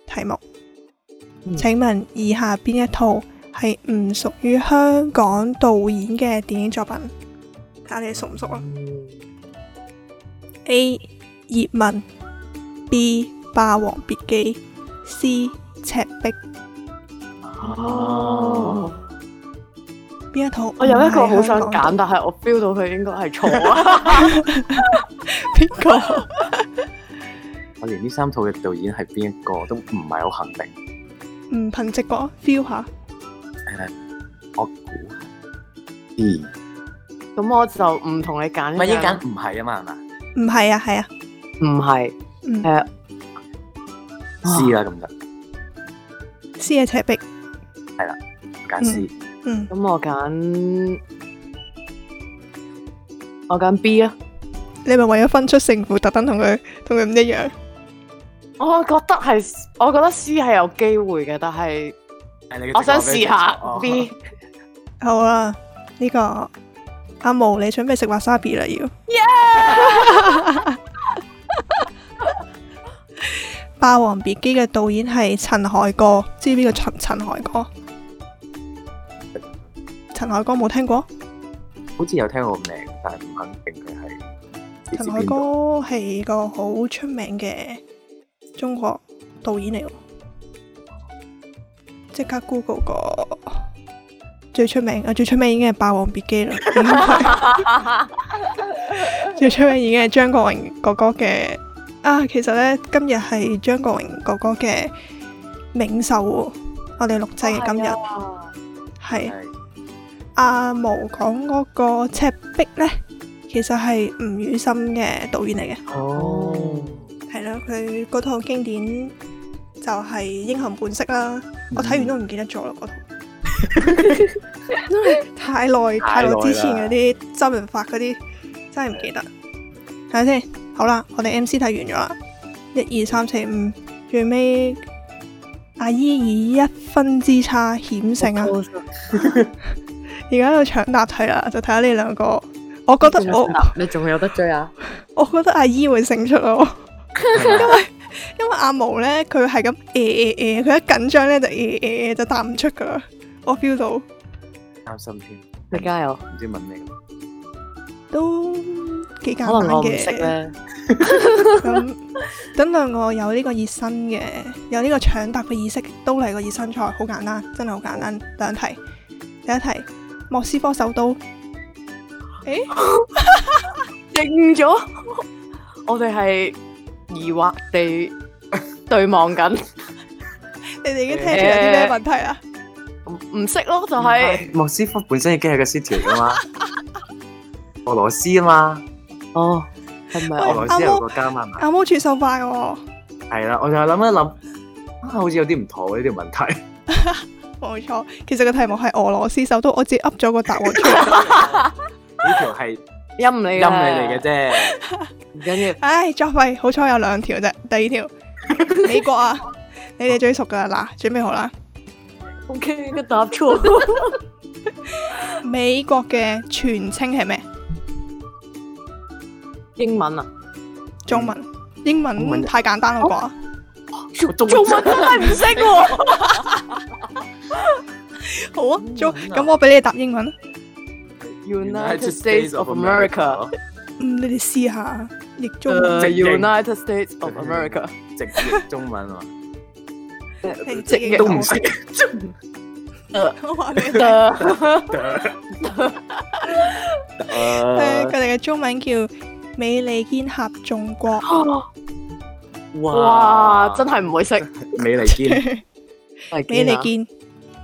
[SPEAKER 2] 題目。
[SPEAKER 3] 嗯
[SPEAKER 2] 請問以下邊一套係唔屬於香港導演嘅電影作品？睇下你哋熟唔熟啊？A. 葉問 B. 霸王別姬 C. 赤壁
[SPEAKER 3] 哦，
[SPEAKER 2] 邊一套？
[SPEAKER 3] 我有一個
[SPEAKER 2] 唔
[SPEAKER 3] 好想
[SPEAKER 2] 係香港
[SPEAKER 3] 揀，但係我 feel 到佢應該係錯啊。
[SPEAKER 2] 邊個？
[SPEAKER 1] 我連呢三套嘅導演係邊一個都唔係好肯定。
[SPEAKER 2] 唔憑直覺 feel 下，
[SPEAKER 1] 我估係 B，
[SPEAKER 3] 咁我就唔同你揀，
[SPEAKER 1] 唔係應該唔係啊嘛，係嘛
[SPEAKER 2] 唔係啊，係啊，
[SPEAKER 3] 唔係
[SPEAKER 2] 嗯
[SPEAKER 3] 誒啊
[SPEAKER 1] ？C 啦咁就
[SPEAKER 2] ，C 嘅赤壁，
[SPEAKER 1] 揀 C。
[SPEAKER 2] 嗯，
[SPEAKER 3] 咁我揀我揀 B 啊。
[SPEAKER 2] 你咪為咗分出勝負，特登同佢同佢唔一樣，
[SPEAKER 3] 我覺得係，我覺得 C 係有機會嘅，但係
[SPEAKER 1] 誒你嘅
[SPEAKER 3] 我想
[SPEAKER 1] 直覺
[SPEAKER 3] 試下
[SPEAKER 1] 哦
[SPEAKER 3] B。
[SPEAKER 2] 好啦，呢、個阿毛你準備食 wasabi 啦，要霸王別姬》嘅導演係陳凱歌，知唔知邊個陳陳凱歌？陳凱歌冇聽過？
[SPEAKER 1] 好似有聽過名，但係唔肯定佢係嚟
[SPEAKER 2] 陳
[SPEAKER 1] 自
[SPEAKER 2] 凱
[SPEAKER 1] 邊度。
[SPEAKER 2] 歌係個好出名嘅中國導演嚟喎，即刻 Google 個最出名啊！最出名已經係《霸王別姬》啦，已經係最出名已經係張國榮哥哥嘅啊！其實呢，今日係張國榮哥哥嘅冥壽喎，我哋錄
[SPEAKER 3] 哦
[SPEAKER 2] [laughs] 製嘅今日 [laughs] 係。
[SPEAKER 1] 係
[SPEAKER 2] 阿毛講嗰個赤壁呢，其實係吳宇森嘅導演嚟嘅。
[SPEAKER 1] 哦，
[SPEAKER 2] 係咯，佢嗰套經典就係《英雄本色》啦，我睇完都唔記得咗啦嗰套，因為太耐太耐之前嗰啲周潤發嗰啲真係唔記得，睇下先。好啦，我哋 M C 睇完咗啦，一二三四五，最尾阿姨以一分之差險勝
[SPEAKER 3] 哦
[SPEAKER 2] 啊！而家喺度搶答題啦，就睇下你兩個，我覺得我
[SPEAKER 3] 你仲有得追啊？
[SPEAKER 2] 我覺得阿姨會勝出咯。因為阿毛咧，佢係咁誒誒誒，佢一緊張咧就誒誒誒就答唔出噶啦，我 feel 到。
[SPEAKER 1] 擔心添，
[SPEAKER 3] 你加油！
[SPEAKER 1] 唔知問咩。
[SPEAKER 2] 都幾簡單
[SPEAKER 3] 可能我唔識
[SPEAKER 2] 嘅。
[SPEAKER 3] 咧，
[SPEAKER 2] 咁等兩個有呢個熱身嘅，有呢個搶答嘅意識，都嚟個熱身賽，好簡單，真係好簡單。兩題，第一題，莫斯科首都，
[SPEAKER 3] 認咗。我哋係疑惑地對望緊，
[SPEAKER 2] 你哋已
[SPEAKER 3] [laughs]
[SPEAKER 2] 經聽出有啲咩問題啊啦？
[SPEAKER 3] 唔唔識咯，就係
[SPEAKER 1] 莫斯科本身已經係個 city 嚟
[SPEAKER 3] [laughs]
[SPEAKER 1] 噶嘛，俄羅斯啊嘛，
[SPEAKER 3] 哦，係咪
[SPEAKER 2] 喂
[SPEAKER 1] 俄
[SPEAKER 3] 我
[SPEAKER 1] 羅斯係個國家嘛，係咪
[SPEAKER 2] 阿毛處手快喎，
[SPEAKER 1] 係啦，我就係諗一諗，啊，好似有啲唔妥喎呢條問
[SPEAKER 3] [laughs]
[SPEAKER 1] 題。
[SPEAKER 2] 冇錯。其實個題目係俄羅斯首都，我自己噏咗個答案出嚟。
[SPEAKER 1] 呢條係
[SPEAKER 3] 陰你
[SPEAKER 1] 音你嚟嘅
[SPEAKER 3] 啫，
[SPEAKER 1] 啫，
[SPEAKER 3] 唔緊要。
[SPEAKER 2] 唉，作弊，好彩有兩條啫。第二
[SPEAKER 3] [laughs]
[SPEAKER 2] 條，美國啊，你哋最熟噶啦，嗱，準備好啦。
[SPEAKER 3] O K，個答錯。
[SPEAKER 2] 美國嘅全稱係咩？
[SPEAKER 3] 英文啊，
[SPEAKER 2] 中文、英
[SPEAKER 1] 英
[SPEAKER 2] 文
[SPEAKER 1] 文
[SPEAKER 2] 太簡單啦啩。
[SPEAKER 1] 中
[SPEAKER 3] 中文真係唔識喎。
[SPEAKER 2] [laughs] 好啊，
[SPEAKER 3] 英文啊
[SPEAKER 2] 做咁我俾你答英文啦。
[SPEAKER 3] United States of America。
[SPEAKER 2] 嗯，你哋試下譯中文。
[SPEAKER 3] 誒
[SPEAKER 1] 直譯
[SPEAKER 3] United States of America。
[SPEAKER 1] 直譯中
[SPEAKER 3] [laughs]
[SPEAKER 1] 文啊，
[SPEAKER 2] 係
[SPEAKER 3] 直譯
[SPEAKER 1] 都唔識。
[SPEAKER 3] [laughs]
[SPEAKER 2] 我話俾你聽誒，
[SPEAKER 3] [laughs] 得
[SPEAKER 2] 佢哋嘅中文叫美利堅合眾國。
[SPEAKER 3] 哇，真係唔會識。
[SPEAKER 1] 美
[SPEAKER 3] [laughs]
[SPEAKER 1] 利堅
[SPEAKER 2] 美利堅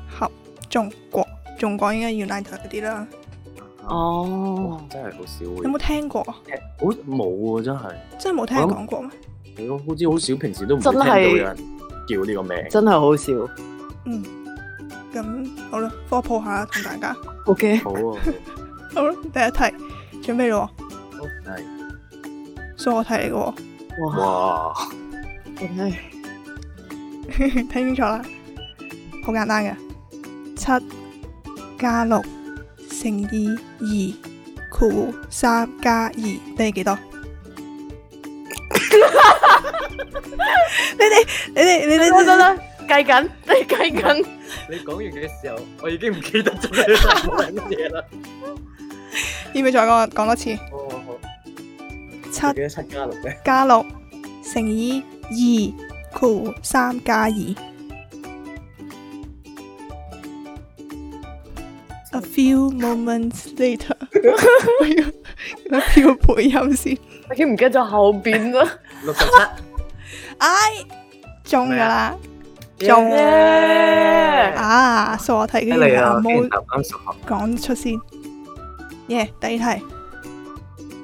[SPEAKER 2] 合眾國，眾國應該 United 嗰啲啦。
[SPEAKER 3] 哦
[SPEAKER 1] 哇，真係好少
[SPEAKER 2] 有
[SPEAKER 1] 會
[SPEAKER 2] 冇，聽過啊？
[SPEAKER 1] 好冇喎真係，
[SPEAKER 2] 真係冇聽人講過咩？
[SPEAKER 1] 係咯，好似好少平時都唔會
[SPEAKER 3] 真
[SPEAKER 1] 聽到
[SPEAKER 3] 係
[SPEAKER 1] 有人叫呢個名。
[SPEAKER 3] 真係好少。
[SPEAKER 2] 嗯，咁好啦，科普下同大家。
[SPEAKER 3] O K，
[SPEAKER 1] 好啊，
[SPEAKER 2] 好啦，第一題準備咯
[SPEAKER 1] 係
[SPEAKER 2] 喎，數學題嚟嘅
[SPEAKER 3] 哇，
[SPEAKER 1] 哇，
[SPEAKER 3] 真係
[SPEAKER 2] 喎，聽清楚啦，好簡單嘅，七加六乘以二括弧三加二等於幾多？你哋你哋你
[SPEAKER 3] 等
[SPEAKER 2] 哋
[SPEAKER 3] 等等，計 [laughs] 緊，計緊。
[SPEAKER 1] 你講完嘅時候，我已經唔記得咗你講乜嘢啦。
[SPEAKER 2] 要唔要再講講多次？
[SPEAKER 1] 哦，好，
[SPEAKER 2] 七
[SPEAKER 1] 我記得七加六咧，
[SPEAKER 2] 加六乘以二括弧三加二。A few moments later，我 [laughs] 要我要配音先。
[SPEAKER 3] 已經唔記得咗後
[SPEAKER 1] [laughs]
[SPEAKER 3] 邊啦。
[SPEAKER 1] 六十七，
[SPEAKER 2] 唉，中噶啦，中
[SPEAKER 3] 耶！
[SPEAKER 2] 啊！數學題嘅嘢
[SPEAKER 1] 嚟
[SPEAKER 2] 阿
[SPEAKER 1] 啊，
[SPEAKER 2] 毛
[SPEAKER 1] 答啱數學，
[SPEAKER 2] 講出先。耶，第二題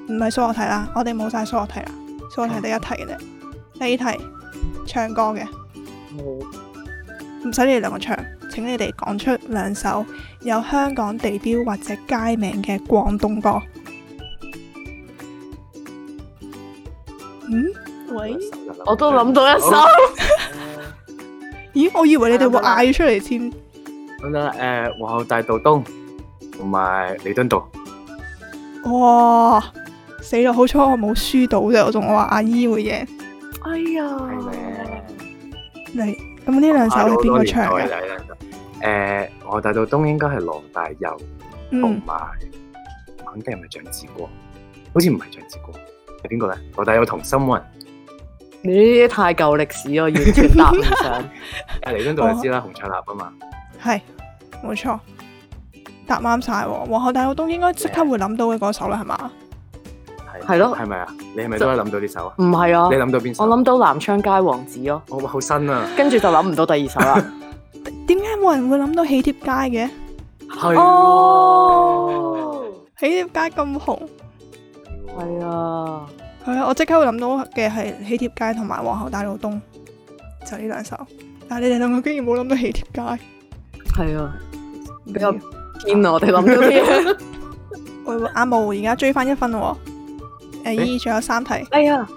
[SPEAKER 2] 唔係數學題啦，我哋冇晒數學題啦，數學題得一題嘅啫。第二題唱歌嘅。唔使你哋兩個唱，請你哋講出兩首有香港地標或者街名嘅廣東歌。嗯，喂，
[SPEAKER 3] 我都諗到一首。
[SPEAKER 2] 咦，我以為你哋會嗌出嚟添。
[SPEAKER 1] 咁啦，誒皇后大道東同埋彌敦道，
[SPEAKER 2] 哇，死啦！好彩我冇輸到啫，我仲話阿姨會贏。
[SPEAKER 3] 哎呀，
[SPEAKER 1] 係咧。
[SPEAKER 2] 你咁呢
[SPEAKER 1] À,
[SPEAKER 2] 兩首係邊個唱嘅？
[SPEAKER 1] 嘅？誒，皇后大道東應該係羅大佑同
[SPEAKER 2] 嗯，
[SPEAKER 1] 埋，我肯定係咪張志光？好似唔係張志光，係邊個咧？羅大佑同 someone，
[SPEAKER 3] 你呢啲太舊歷史，我完全答唔
[SPEAKER 1] [laughs]
[SPEAKER 3] 上。
[SPEAKER 1] 誒嚟緊度就知啦，洪卓立啊嘛，
[SPEAKER 2] 係冇錯，答啱晒喎。皇后大道東應該即刻會諗到嘅嗰首啦，係嘛？
[SPEAKER 1] 係
[SPEAKER 3] 係咯
[SPEAKER 1] 係咪啊？你係咪都係諗到呢首啊？
[SPEAKER 3] 唔係啊
[SPEAKER 1] 你，諗到邊首？
[SPEAKER 3] 我諗到南昌街王子咯，
[SPEAKER 1] [laughs] 我哇好新啊！
[SPEAKER 3] 跟住就諗唔到第二首啦。
[SPEAKER 2] 點解冇人會諗到喜帖街嘅？
[SPEAKER 1] 係
[SPEAKER 3] 哦，
[SPEAKER 2] 喜帖街咁紅。
[SPEAKER 3] 係
[SPEAKER 1] 啊，
[SPEAKER 3] 啊，
[SPEAKER 2] 係啊，我即刻會諗到嘅係喜帖街同埋皇后大道東，就呢兩首。但係你哋兩個竟然冇諗到喜帖街，
[SPEAKER 3] 係啊，
[SPEAKER 2] 唔
[SPEAKER 3] 比
[SPEAKER 2] 緊要
[SPEAKER 3] 較堅啊！我哋諗到啲
[SPEAKER 1] [laughs]
[SPEAKER 3] 嘢。
[SPEAKER 2] 喂喂阿毛而家追翻一分喎。誒依仲有三題，
[SPEAKER 3] 哎呀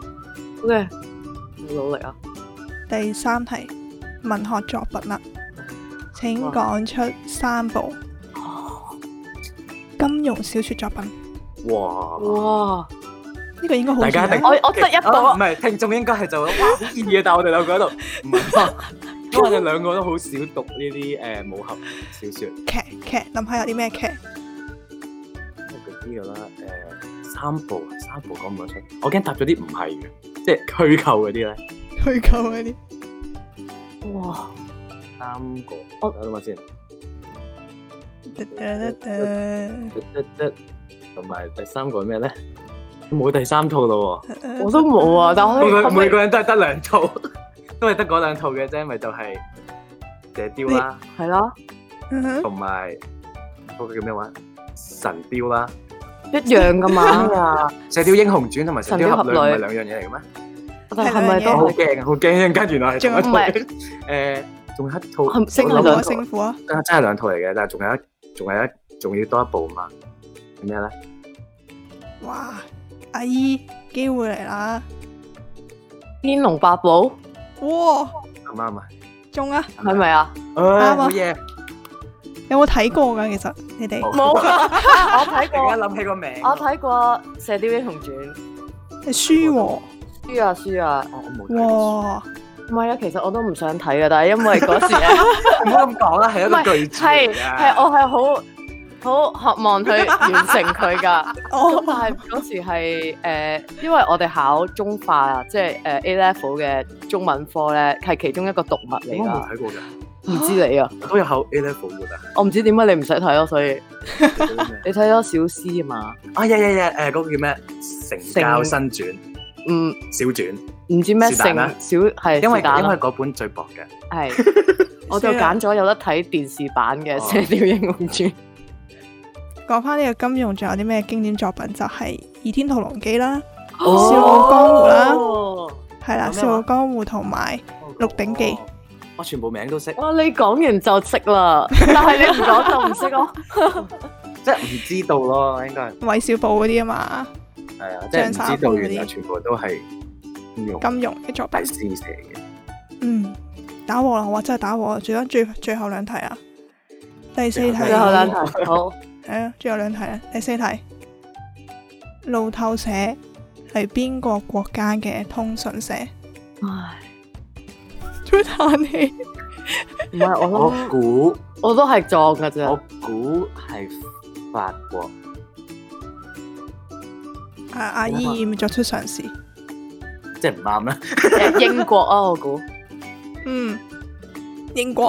[SPEAKER 3] ，OK，要努力啊！
[SPEAKER 2] 第三題文學作品啦。請講出三部金庸小說作品。
[SPEAKER 1] 哇！
[SPEAKER 3] 哇，
[SPEAKER 2] 呢個應該好易
[SPEAKER 1] 大家一定
[SPEAKER 2] 啊
[SPEAKER 3] 我我得一到
[SPEAKER 1] 啊唔
[SPEAKER 3] 啊！
[SPEAKER 1] 係聽眾應該係就哇好易嘅，但係我哋兩個喺度唔係啊，因為我哋兩個都好少讀呢啲誒武俠小説。
[SPEAKER 2] 劇劇，諗下有啲咩劇？
[SPEAKER 1] 我嗰啲噶啦，誒、三部啊，三部講唔講得出？我驚答咗啲唔係嘅，即係虛構嗰啲咧。
[SPEAKER 2] 虛構嗰啲。
[SPEAKER 3] 哇！
[SPEAKER 1] 三個，
[SPEAKER 3] 我
[SPEAKER 1] 我諗下先，
[SPEAKER 2] 得得得得
[SPEAKER 1] 一、一，同埋第三個係咩咧？冇第三套咯
[SPEAKER 2] 得得
[SPEAKER 3] 我都冇啊，但
[SPEAKER 1] 喎，每
[SPEAKER 3] 我
[SPEAKER 1] 個
[SPEAKER 3] 可
[SPEAKER 1] 每
[SPEAKER 3] 以
[SPEAKER 1] 個人都係得兩套，都係得嗰兩套嘅啫，咪就係射雕啦，
[SPEAKER 3] 係啦，
[SPEAKER 2] 嗯哼
[SPEAKER 1] 同埋嗰個叫咩話？神雕啦，
[SPEAKER 3] 一樣
[SPEAKER 1] [laughs]
[SPEAKER 3] 噶嘛，
[SPEAKER 1] 《射雕英雄傳》同埋《神雕俠侶》
[SPEAKER 3] 神
[SPEAKER 1] 唔係
[SPEAKER 3] 雕俠侶
[SPEAKER 1] 兩樣嘢嚟嘅咩？
[SPEAKER 3] 但係咪都
[SPEAKER 1] 我好
[SPEAKER 3] 係
[SPEAKER 1] 驚啊，好驚！跟住原來係同
[SPEAKER 2] 仲
[SPEAKER 1] 一套
[SPEAKER 3] 唔係
[SPEAKER 1] 誒，仲有一套，
[SPEAKER 3] 係星
[SPEAKER 2] 星火啊
[SPEAKER 3] 我諗兩
[SPEAKER 1] 兩
[SPEAKER 3] 套
[SPEAKER 2] 星火啊，
[SPEAKER 1] 真真係兩套嚟嘅，但係仲有一仲有一仲要多一部嘛？係咩咧？
[SPEAKER 2] 哇！阿姨機會嚟啦，
[SPEAKER 3] 天龍八部
[SPEAKER 2] 哇！
[SPEAKER 1] 啱唔啱啊？
[SPEAKER 2] 中啊！
[SPEAKER 3] 係咪啊？
[SPEAKER 1] 唉，
[SPEAKER 2] 啊
[SPEAKER 1] 好嘢！
[SPEAKER 2] 有冇睇過㗎？其實你哋
[SPEAKER 1] 冇
[SPEAKER 3] 啊， [laughs] 我睇
[SPEAKER 1] 突然
[SPEAKER 3] 過，
[SPEAKER 1] 間諗起個名，
[SPEAKER 3] 我睇過《射雕英雄傳》，
[SPEAKER 2] 係輸喎，
[SPEAKER 3] 輸啊輸啊！
[SPEAKER 1] 我我冇睇過。
[SPEAKER 2] 哇！
[SPEAKER 3] 唔係啊，其實我都唔想睇啊嘅，但係因為嗰 [laughs] 時咧，
[SPEAKER 1] 唔好咁講啦，係一
[SPEAKER 3] 唔係
[SPEAKER 1] 個巨著
[SPEAKER 3] 係
[SPEAKER 1] 嚟
[SPEAKER 3] 係
[SPEAKER 1] 㗎。
[SPEAKER 3] 我係好好渴望去完成佢 [laughs] 㗎。
[SPEAKER 2] 哦
[SPEAKER 3] 咁但係嗰時係誒、呃因為我哋考中化即係誒呃 A level 嘅中文科咧，係其中一個讀物嚟
[SPEAKER 1] 我冇
[SPEAKER 3] 㗎。
[SPEAKER 1] 睇過㗎，
[SPEAKER 3] 唔知你啊，
[SPEAKER 1] 我都有考 A level 㗎啦。
[SPEAKER 3] 我唔知點解你唔使睇咯，所以
[SPEAKER 1] 嗰啲咩
[SPEAKER 3] 你睇咗小詩啊嘛。
[SPEAKER 1] 啊呀呀呀！誒，嗰個叫咩？成教新傳、
[SPEAKER 3] 嗯，
[SPEAKER 1] 小傳，
[SPEAKER 3] 唔知咩
[SPEAKER 1] 是
[SPEAKER 3] 性
[SPEAKER 1] 但啦
[SPEAKER 3] 小係
[SPEAKER 1] 因為
[SPEAKER 3] 是但
[SPEAKER 1] 因為
[SPEAKER 3] 啦
[SPEAKER 1] 嗰本最薄嘅。
[SPEAKER 3] 係，
[SPEAKER 1] [laughs]
[SPEAKER 3] 我就揀咗有得睇電視版嘅《
[SPEAKER 1] 啊哦
[SPEAKER 3] 射雕英雄傳》。
[SPEAKER 2] 講翻呢個金庸，仲有啲咩經典作品？就係《倚天屠龍記》啦，
[SPEAKER 3] 哦
[SPEAKER 2] 笑傲江湖啦
[SPEAKER 1] 哦
[SPEAKER 2] 係啦，《
[SPEAKER 1] 有咩話
[SPEAKER 2] 笑傲江湖》同埋鹿鼎記》。
[SPEAKER 1] 我全部名都識，
[SPEAKER 3] 哇！你講完就識啦，但係你唔講就唔識
[SPEAKER 1] [laughs]
[SPEAKER 3] 咯。
[SPEAKER 1] 即係唔知道咯，應該係
[SPEAKER 2] 韋小寶嗰啲啊嘛，
[SPEAKER 1] 係啊，即係唔
[SPEAKER 2] 張三
[SPEAKER 1] 知
[SPEAKER 2] 豐
[SPEAKER 1] 道
[SPEAKER 2] 嗰啲
[SPEAKER 1] 原來全部都係用
[SPEAKER 2] 金庸嘅作
[SPEAKER 1] 大
[SPEAKER 2] 品。
[SPEAKER 1] 師嚟嘅。
[SPEAKER 2] 嗯，打和啦，我真係打和啦，仲有最最後兩題啊，第四題，
[SPEAKER 1] 最
[SPEAKER 3] 最後兩
[SPEAKER 2] 係
[SPEAKER 3] 題，好
[SPEAKER 2] 啊，最後兩題啊，第四題，路透社係邊個國家嘅通訊社？
[SPEAKER 3] 唉，
[SPEAKER 2] 做咩嘆氣？
[SPEAKER 3] 唔係我
[SPEAKER 1] 我
[SPEAKER 3] 諗，
[SPEAKER 1] 估
[SPEAKER 3] 我都係撞㗎
[SPEAKER 1] 我
[SPEAKER 3] 啫。
[SPEAKER 1] 估係法國，
[SPEAKER 2] 阿阿姨要唔要作出嘗試？
[SPEAKER 1] 即係唔啱啦。
[SPEAKER 3] 誒英國啊，我估
[SPEAKER 2] 嗯，英國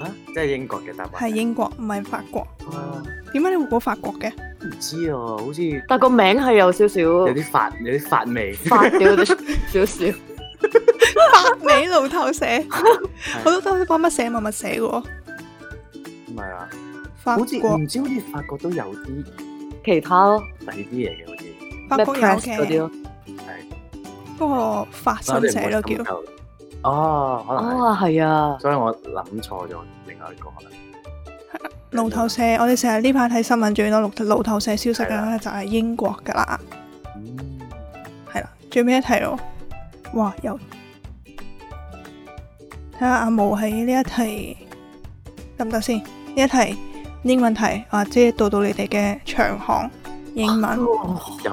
[SPEAKER 1] 啊，即係英國嘅答案
[SPEAKER 2] 係英國，唔係法國。
[SPEAKER 1] 啊
[SPEAKER 2] 點解你會估法國嘅？
[SPEAKER 1] 唔知啊，好似有
[SPEAKER 3] 但個名係有少少
[SPEAKER 1] 啲法有啲法味。
[SPEAKER 3] 發掉
[SPEAKER 1] [laughs]
[SPEAKER 3] 啲少少。
[SPEAKER 2] 美路透社，我都都幫乜社乜乜社嘅喎。
[SPEAKER 1] 唔係啊，
[SPEAKER 2] 法
[SPEAKER 1] 好似
[SPEAKER 2] 國
[SPEAKER 1] 唔知好似法國都有啲第
[SPEAKER 3] 其他咯，
[SPEAKER 1] 二啲嘢嘅，好似
[SPEAKER 2] 法
[SPEAKER 3] 咩
[SPEAKER 2] 國有
[SPEAKER 3] press 嗰啲
[SPEAKER 2] 嘅，
[SPEAKER 3] 咯。
[SPEAKER 2] 不過法
[SPEAKER 1] 我
[SPEAKER 2] 新
[SPEAKER 1] 哋唔
[SPEAKER 2] 社
[SPEAKER 1] 會
[SPEAKER 2] 咯
[SPEAKER 1] 深
[SPEAKER 2] 叫。
[SPEAKER 1] 究。哦，可能係，
[SPEAKER 3] 啊，係啊，
[SPEAKER 1] 所以我諗錯咗另外一個可能。
[SPEAKER 2] 路透社，我哋成日呢排睇新聞最多路路透社消息
[SPEAKER 1] 係
[SPEAKER 2] 啦，就係英國噶啦，
[SPEAKER 1] 嗯
[SPEAKER 2] 係啦，最尾一題咯。哇，又睇下阿毛喺呢一題得唔得先？呢一題英文題，或者到到你哋嘅長項英文
[SPEAKER 1] 又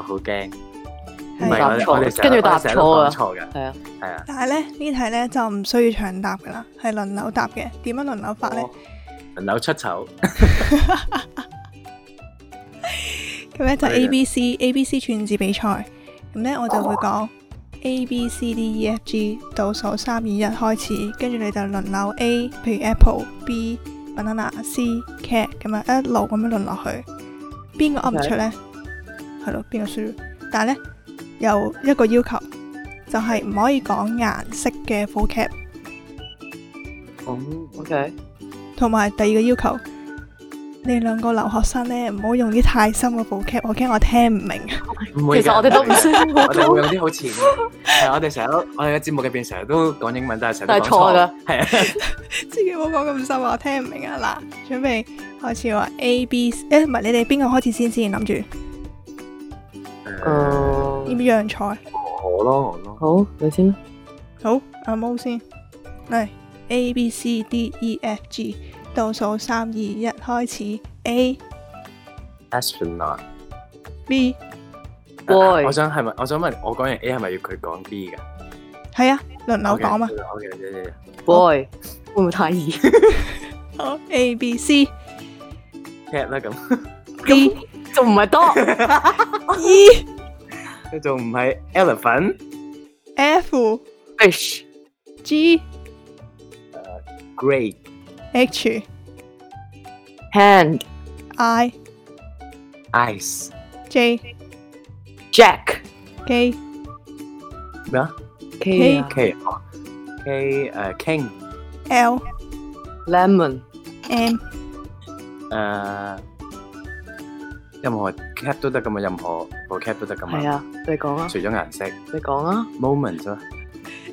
[SPEAKER 1] 好驚，唔
[SPEAKER 2] 係
[SPEAKER 1] 係啊我哋我哋成日
[SPEAKER 3] 跟住答
[SPEAKER 1] 我哋成日都
[SPEAKER 3] 錯啊
[SPEAKER 1] 講錯嘅，
[SPEAKER 3] 係啊，
[SPEAKER 1] 係啊。
[SPEAKER 2] 但係咧呢題咧就唔需要長答噶啦，係輪流答嘅。點樣輪流法咧？
[SPEAKER 1] 輪哦流出醜，
[SPEAKER 2] 咁咧就
[SPEAKER 1] 係嘅
[SPEAKER 2] A B C A B C 串字比賽。咁咧我就會講 A B C D E F G 倒數三二一開始，跟住你就輪流 A，譬如 Apple、B、banana、C、cat 咁樣一路咁樣輪落去。邊個噏唔
[SPEAKER 3] OK
[SPEAKER 2] 出咧？係咯，邊個輸？但係咧有一個要求，就係唔可以講顏色嘅 full cap。
[SPEAKER 3] 哦
[SPEAKER 1] 嗯
[SPEAKER 3] OK，
[SPEAKER 2] 同埋第二個要求，你兩個留學生呢，唔好用啲太深嘅補 cap，我驚我聽唔明。
[SPEAKER 1] 唔會
[SPEAKER 3] 其
[SPEAKER 1] 嘅
[SPEAKER 3] 實我哋都唔
[SPEAKER 1] [laughs]
[SPEAKER 3] 識，
[SPEAKER 1] 我哋會用啲好淺嘅，係啊我哋成日都，我哋嘅節目入邊成日都講英文，但係成日都講
[SPEAKER 3] 但
[SPEAKER 1] 錯嘅，係啊，
[SPEAKER 2] 自己冇講咁深啊，我聽唔明啊。嗱，準備開始話 A B，誒唔係你哋邊個開始先先諗住，
[SPEAKER 1] 誒
[SPEAKER 3] 嗯
[SPEAKER 2] 要唔要讓賽？
[SPEAKER 1] 我咯我咯，
[SPEAKER 3] 好，你先啦。
[SPEAKER 2] 好，阿毛先，嚟 A B C D E F G，倒數三二一開始，A
[SPEAKER 1] astronaut。
[SPEAKER 2] B
[SPEAKER 3] 喂
[SPEAKER 1] 我想係咪？我想問，我講完 A 係咪要佢講 B 㗎？
[SPEAKER 2] 係啊，輪流講嘛。
[SPEAKER 1] O K，O K，
[SPEAKER 3] Boy，會唔會太易？
[SPEAKER 2] 好 A B C
[SPEAKER 1] cat 啦咁。
[SPEAKER 2] D
[SPEAKER 3] 仲唔係多？
[SPEAKER 2] E
[SPEAKER 1] 佢仲唔係 elephant
[SPEAKER 2] F
[SPEAKER 3] fish
[SPEAKER 2] G
[SPEAKER 1] great
[SPEAKER 2] H
[SPEAKER 3] hand
[SPEAKER 2] I
[SPEAKER 1] ice
[SPEAKER 2] J
[SPEAKER 3] jack
[SPEAKER 2] K
[SPEAKER 1] 咩啊
[SPEAKER 2] K 啊
[SPEAKER 1] K 哦 K 誒 king
[SPEAKER 2] L
[SPEAKER 3] lemon
[SPEAKER 2] M
[SPEAKER 1] 誒任何 cap 都得噶嘛，任何部 cap 都得噶嘛。
[SPEAKER 3] 係，啊，你講啊，
[SPEAKER 1] 除咗顏色
[SPEAKER 3] 你講啊，
[SPEAKER 1] moment 啫嘛，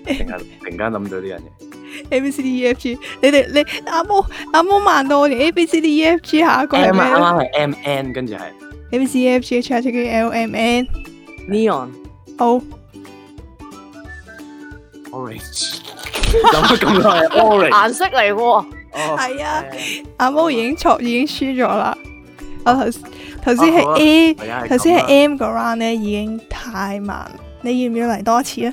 [SPEAKER 1] 突然間突然間諗到呢樣嘢。
[SPEAKER 2] A B C D E F G，你哋你阿毛阿毛慢到我連 A B C D E F G 下一個係
[SPEAKER 1] M
[SPEAKER 2] 咩
[SPEAKER 1] 啊
[SPEAKER 2] 咧
[SPEAKER 1] 啱啱係 M N，跟住係
[SPEAKER 2] ？A B C D E F G H I J K L M N
[SPEAKER 3] neon
[SPEAKER 2] O
[SPEAKER 1] orange。諗咗咁耐，orange。
[SPEAKER 3] 顏色嚟喎，
[SPEAKER 1] 哦
[SPEAKER 2] 係啊，
[SPEAKER 1] 誒
[SPEAKER 2] 阿毛已經錯已經輸咗啦。我頭頭先
[SPEAKER 1] 啊好啊
[SPEAKER 2] 係 A，
[SPEAKER 1] 係啊係咁啊
[SPEAKER 2] 頭先係 M 個 round 咧已經太慢，你要唔要嚟多次啊？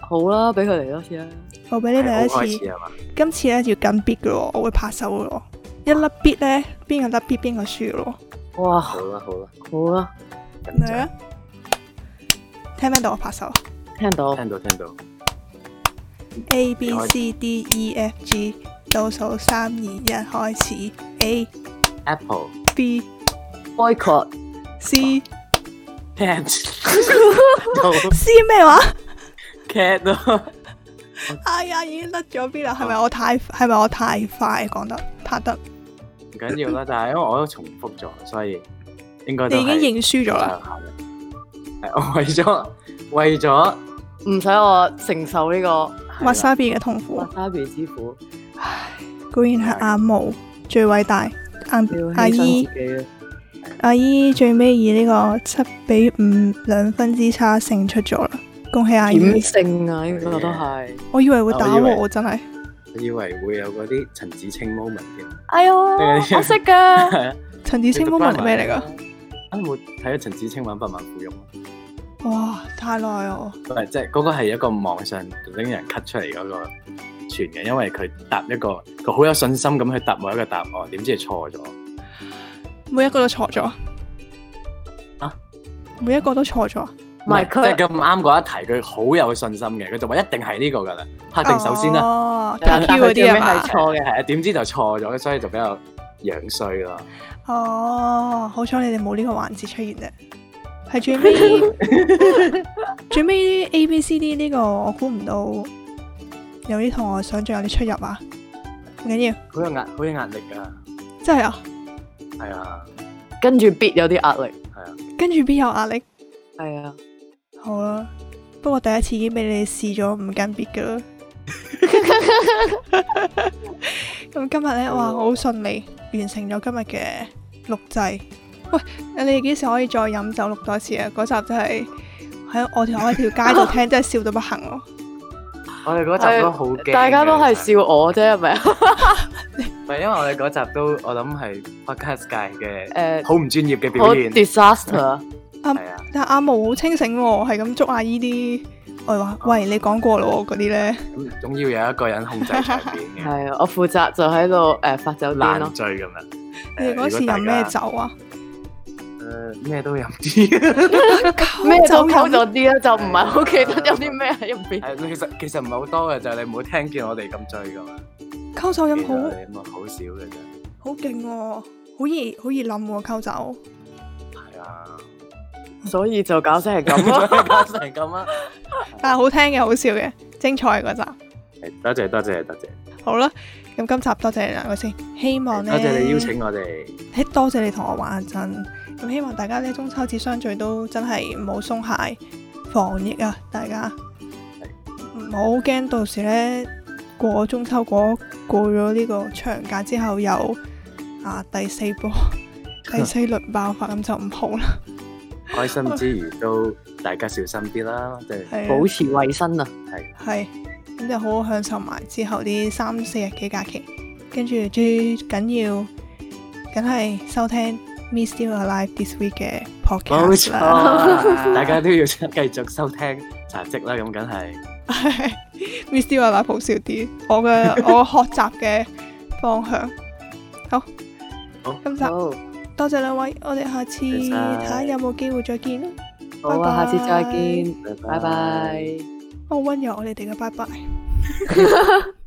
[SPEAKER 3] 好啦，俾佢嚟多次啦，
[SPEAKER 2] 我俾你嚟
[SPEAKER 1] 係好
[SPEAKER 2] 多
[SPEAKER 1] 開
[SPEAKER 2] 次
[SPEAKER 1] 始。啊係嘛？
[SPEAKER 2] 今次咧要緊 bit 嘅咯，我會拍手嘅咯。一粒 bit 咧，邊個得 bit 邊個輸嘅咯。
[SPEAKER 3] 哇，
[SPEAKER 1] 好啦好啦，
[SPEAKER 3] 好啦，
[SPEAKER 1] 緊
[SPEAKER 2] 嚟
[SPEAKER 1] 張
[SPEAKER 2] 啊！聽唔聽到我拍手
[SPEAKER 3] 聽到
[SPEAKER 1] 聽到聽到。
[SPEAKER 2] ？A B C D E F G，倒數三二一開始。A
[SPEAKER 1] Apple
[SPEAKER 2] B
[SPEAKER 3] boycott
[SPEAKER 2] C
[SPEAKER 1] cat 到
[SPEAKER 2] C 咩話？
[SPEAKER 1] cat 咯，
[SPEAKER 2] 哎呀，已經甩咗 bit
[SPEAKER 1] 哦
[SPEAKER 2] 啦，係咪我太係咪我太快講得拍得？
[SPEAKER 1] 唔緊要啦。但係因為我都重複咗，所以應該都
[SPEAKER 2] 你已
[SPEAKER 1] 係
[SPEAKER 2] 經認輸咗啦。
[SPEAKER 1] 係我為咗 [laughs] 為咗
[SPEAKER 3] 唔使我承受呢個
[SPEAKER 2] 挖沙 B 嘅痛苦，
[SPEAKER 3] wasabi 之苦，
[SPEAKER 2] 果然係阿毛最偉大。阿
[SPEAKER 3] 要
[SPEAKER 2] 阿
[SPEAKER 3] 犧
[SPEAKER 2] 姨
[SPEAKER 3] 牲。自己啊，
[SPEAKER 2] 阿姨最尾以呢個七比五兩分之差勝出咗啦，恭喜阿姨！
[SPEAKER 3] 險勝啊，呢個都係，
[SPEAKER 2] 我以為會打
[SPEAKER 1] 啊我以為
[SPEAKER 2] 喎，真係
[SPEAKER 1] 我以為會有嗰啲陳子清 moment 嘅，
[SPEAKER 3] 哎呀，我識噶。
[SPEAKER 1] 係啊，
[SPEAKER 2] 陳子清 moment 係咩嚟噶？
[SPEAKER 1] 啊，你冇睇咗陳子清玩不晚富翁啊？
[SPEAKER 2] 哇，太耐哦！
[SPEAKER 1] 唔係，即係嗰個係一個網上拎人 cut 出嚟嗰個傳嘅，因為佢答一個佢好有信心咁去答某一個答案，點知係錯咗。
[SPEAKER 2] 每一個都錯咗
[SPEAKER 1] 啊！
[SPEAKER 2] 每一個都錯咗，
[SPEAKER 3] 唔係
[SPEAKER 1] 即係
[SPEAKER 3] 佢
[SPEAKER 1] 咁啱嗰一題，佢好有信心嘅，佢就話一定係呢個㗎啦，拍定首先啦。
[SPEAKER 2] 哦，
[SPEAKER 3] 但
[SPEAKER 2] 打 Q 嗰啲啊嘛
[SPEAKER 3] 係，錯嘅，
[SPEAKER 1] 係啊，點知就錯咗，所以就比較樣衰咯。
[SPEAKER 2] 哦，好彩你哋冇呢個環節出現啫，係最尾最尾 A B C D 呢個我估唔到，有啲同我想象有啲出入啊，唔緊要，
[SPEAKER 1] 好有壓，好有壓力㗎。
[SPEAKER 2] 真係啊！
[SPEAKER 1] 係啊，
[SPEAKER 3] 跟住 bit 有啲壓力，
[SPEAKER 2] 跟住邊有壓力？
[SPEAKER 3] 係啊，
[SPEAKER 2] 好啦，不過第一次已經俾你哋試咗唔緊別噶啦。咁今日呢，哇，好順利完成咗今日嘅錄製。喂，你哋幾時可以再飲酒錄多次啊？嗰集真係喺我條我喺條街度聽，真係笑到不行咯。
[SPEAKER 1] 我哋嗰集都好驚嘅，
[SPEAKER 3] 大家都係
[SPEAKER 1] 其實，
[SPEAKER 3] 笑我啫，係咪啊？
[SPEAKER 1] 唔係因為我哋嗰集都我諗係 podcast 界嘅
[SPEAKER 3] 誒，
[SPEAKER 1] 好唔專業嘅
[SPEAKER 3] 好
[SPEAKER 1] 表現，
[SPEAKER 3] disaster 啊！
[SPEAKER 1] 係啊，
[SPEAKER 2] 但阿毛好清醒喎，係咁捉阿姨啲，我話喂你講過咯喎嗰啲呢，
[SPEAKER 1] 咁總要有一個人控制場
[SPEAKER 3] [laughs]
[SPEAKER 1] 面嘅，
[SPEAKER 3] 係啊，我負責就喺度誒發酒癲咯
[SPEAKER 1] 爛，醉咁樣。
[SPEAKER 2] 你哋
[SPEAKER 1] 誒
[SPEAKER 2] 嗰時飲咩？酒啊？
[SPEAKER 1] 如果大家誒咩都飲啲。嗯
[SPEAKER 3] 咩
[SPEAKER 2] 溝
[SPEAKER 3] 就
[SPEAKER 2] 酒飲
[SPEAKER 3] 溝咗啲啦，就唔係好記得有啲咩喺入邊。
[SPEAKER 1] 係 [laughs] 其實其實唔係好多嘅，就係你唔好聽見我哋咁醉噶嘛。
[SPEAKER 2] 溝酒飲
[SPEAKER 1] 其實
[SPEAKER 2] 好
[SPEAKER 1] 我。哋咁啊好少嘅啫。
[SPEAKER 2] 好勁喎，好易好易冧喎溝酒，
[SPEAKER 1] 係啊，
[SPEAKER 3] 所以就搞成係咁
[SPEAKER 1] [laughs]
[SPEAKER 3] 咯。
[SPEAKER 1] 搞成咁啊！
[SPEAKER 2] 但係好聽嘅，好笑嘅，精彩嗰集。
[SPEAKER 1] 多謝多謝多謝，
[SPEAKER 2] 好啦，咁今集多謝你兩個先，希望咧
[SPEAKER 1] 多謝你邀請我哋。
[SPEAKER 2] 嘿，多謝你同我玩真。咁希望大家咧中秋節相聚都真係唔好鬆懈防疫啊，大家唔好驚到時咧過中秋過過咗呢個長假之後有啊第四
[SPEAKER 1] [laughs]
[SPEAKER 2] 波第四輪爆發，咁就唔好啦。
[SPEAKER 1] 開心之餘都大家小心啲啦，即係
[SPEAKER 2] 係啊
[SPEAKER 3] 保持衞生啊！
[SPEAKER 2] 係，咁就好好享受埋之後啲三四日嘅假期，跟住最緊要，梗係收聽 Me Still Alive This Week 嘅
[SPEAKER 1] 冇
[SPEAKER 2] podcast
[SPEAKER 1] 錯
[SPEAKER 2] 啦。
[SPEAKER 1] 啊，大家都要 [laughs] 繼續收聽茶職啦，咁梗係
[SPEAKER 2] Me Still Alive 好笑啲，我嘅我學習嘅方向。好，
[SPEAKER 1] 好
[SPEAKER 2] 今集
[SPEAKER 3] 好，
[SPEAKER 2] 多謝兩位，我哋下次
[SPEAKER 1] 唔
[SPEAKER 2] 睇
[SPEAKER 1] 該
[SPEAKER 2] 下有冇機會再見啦。
[SPEAKER 3] 好啊，下次再
[SPEAKER 2] 拜拜
[SPEAKER 3] 見，拜拜。
[SPEAKER 2] 好温柔我哋哋嘅拜拜。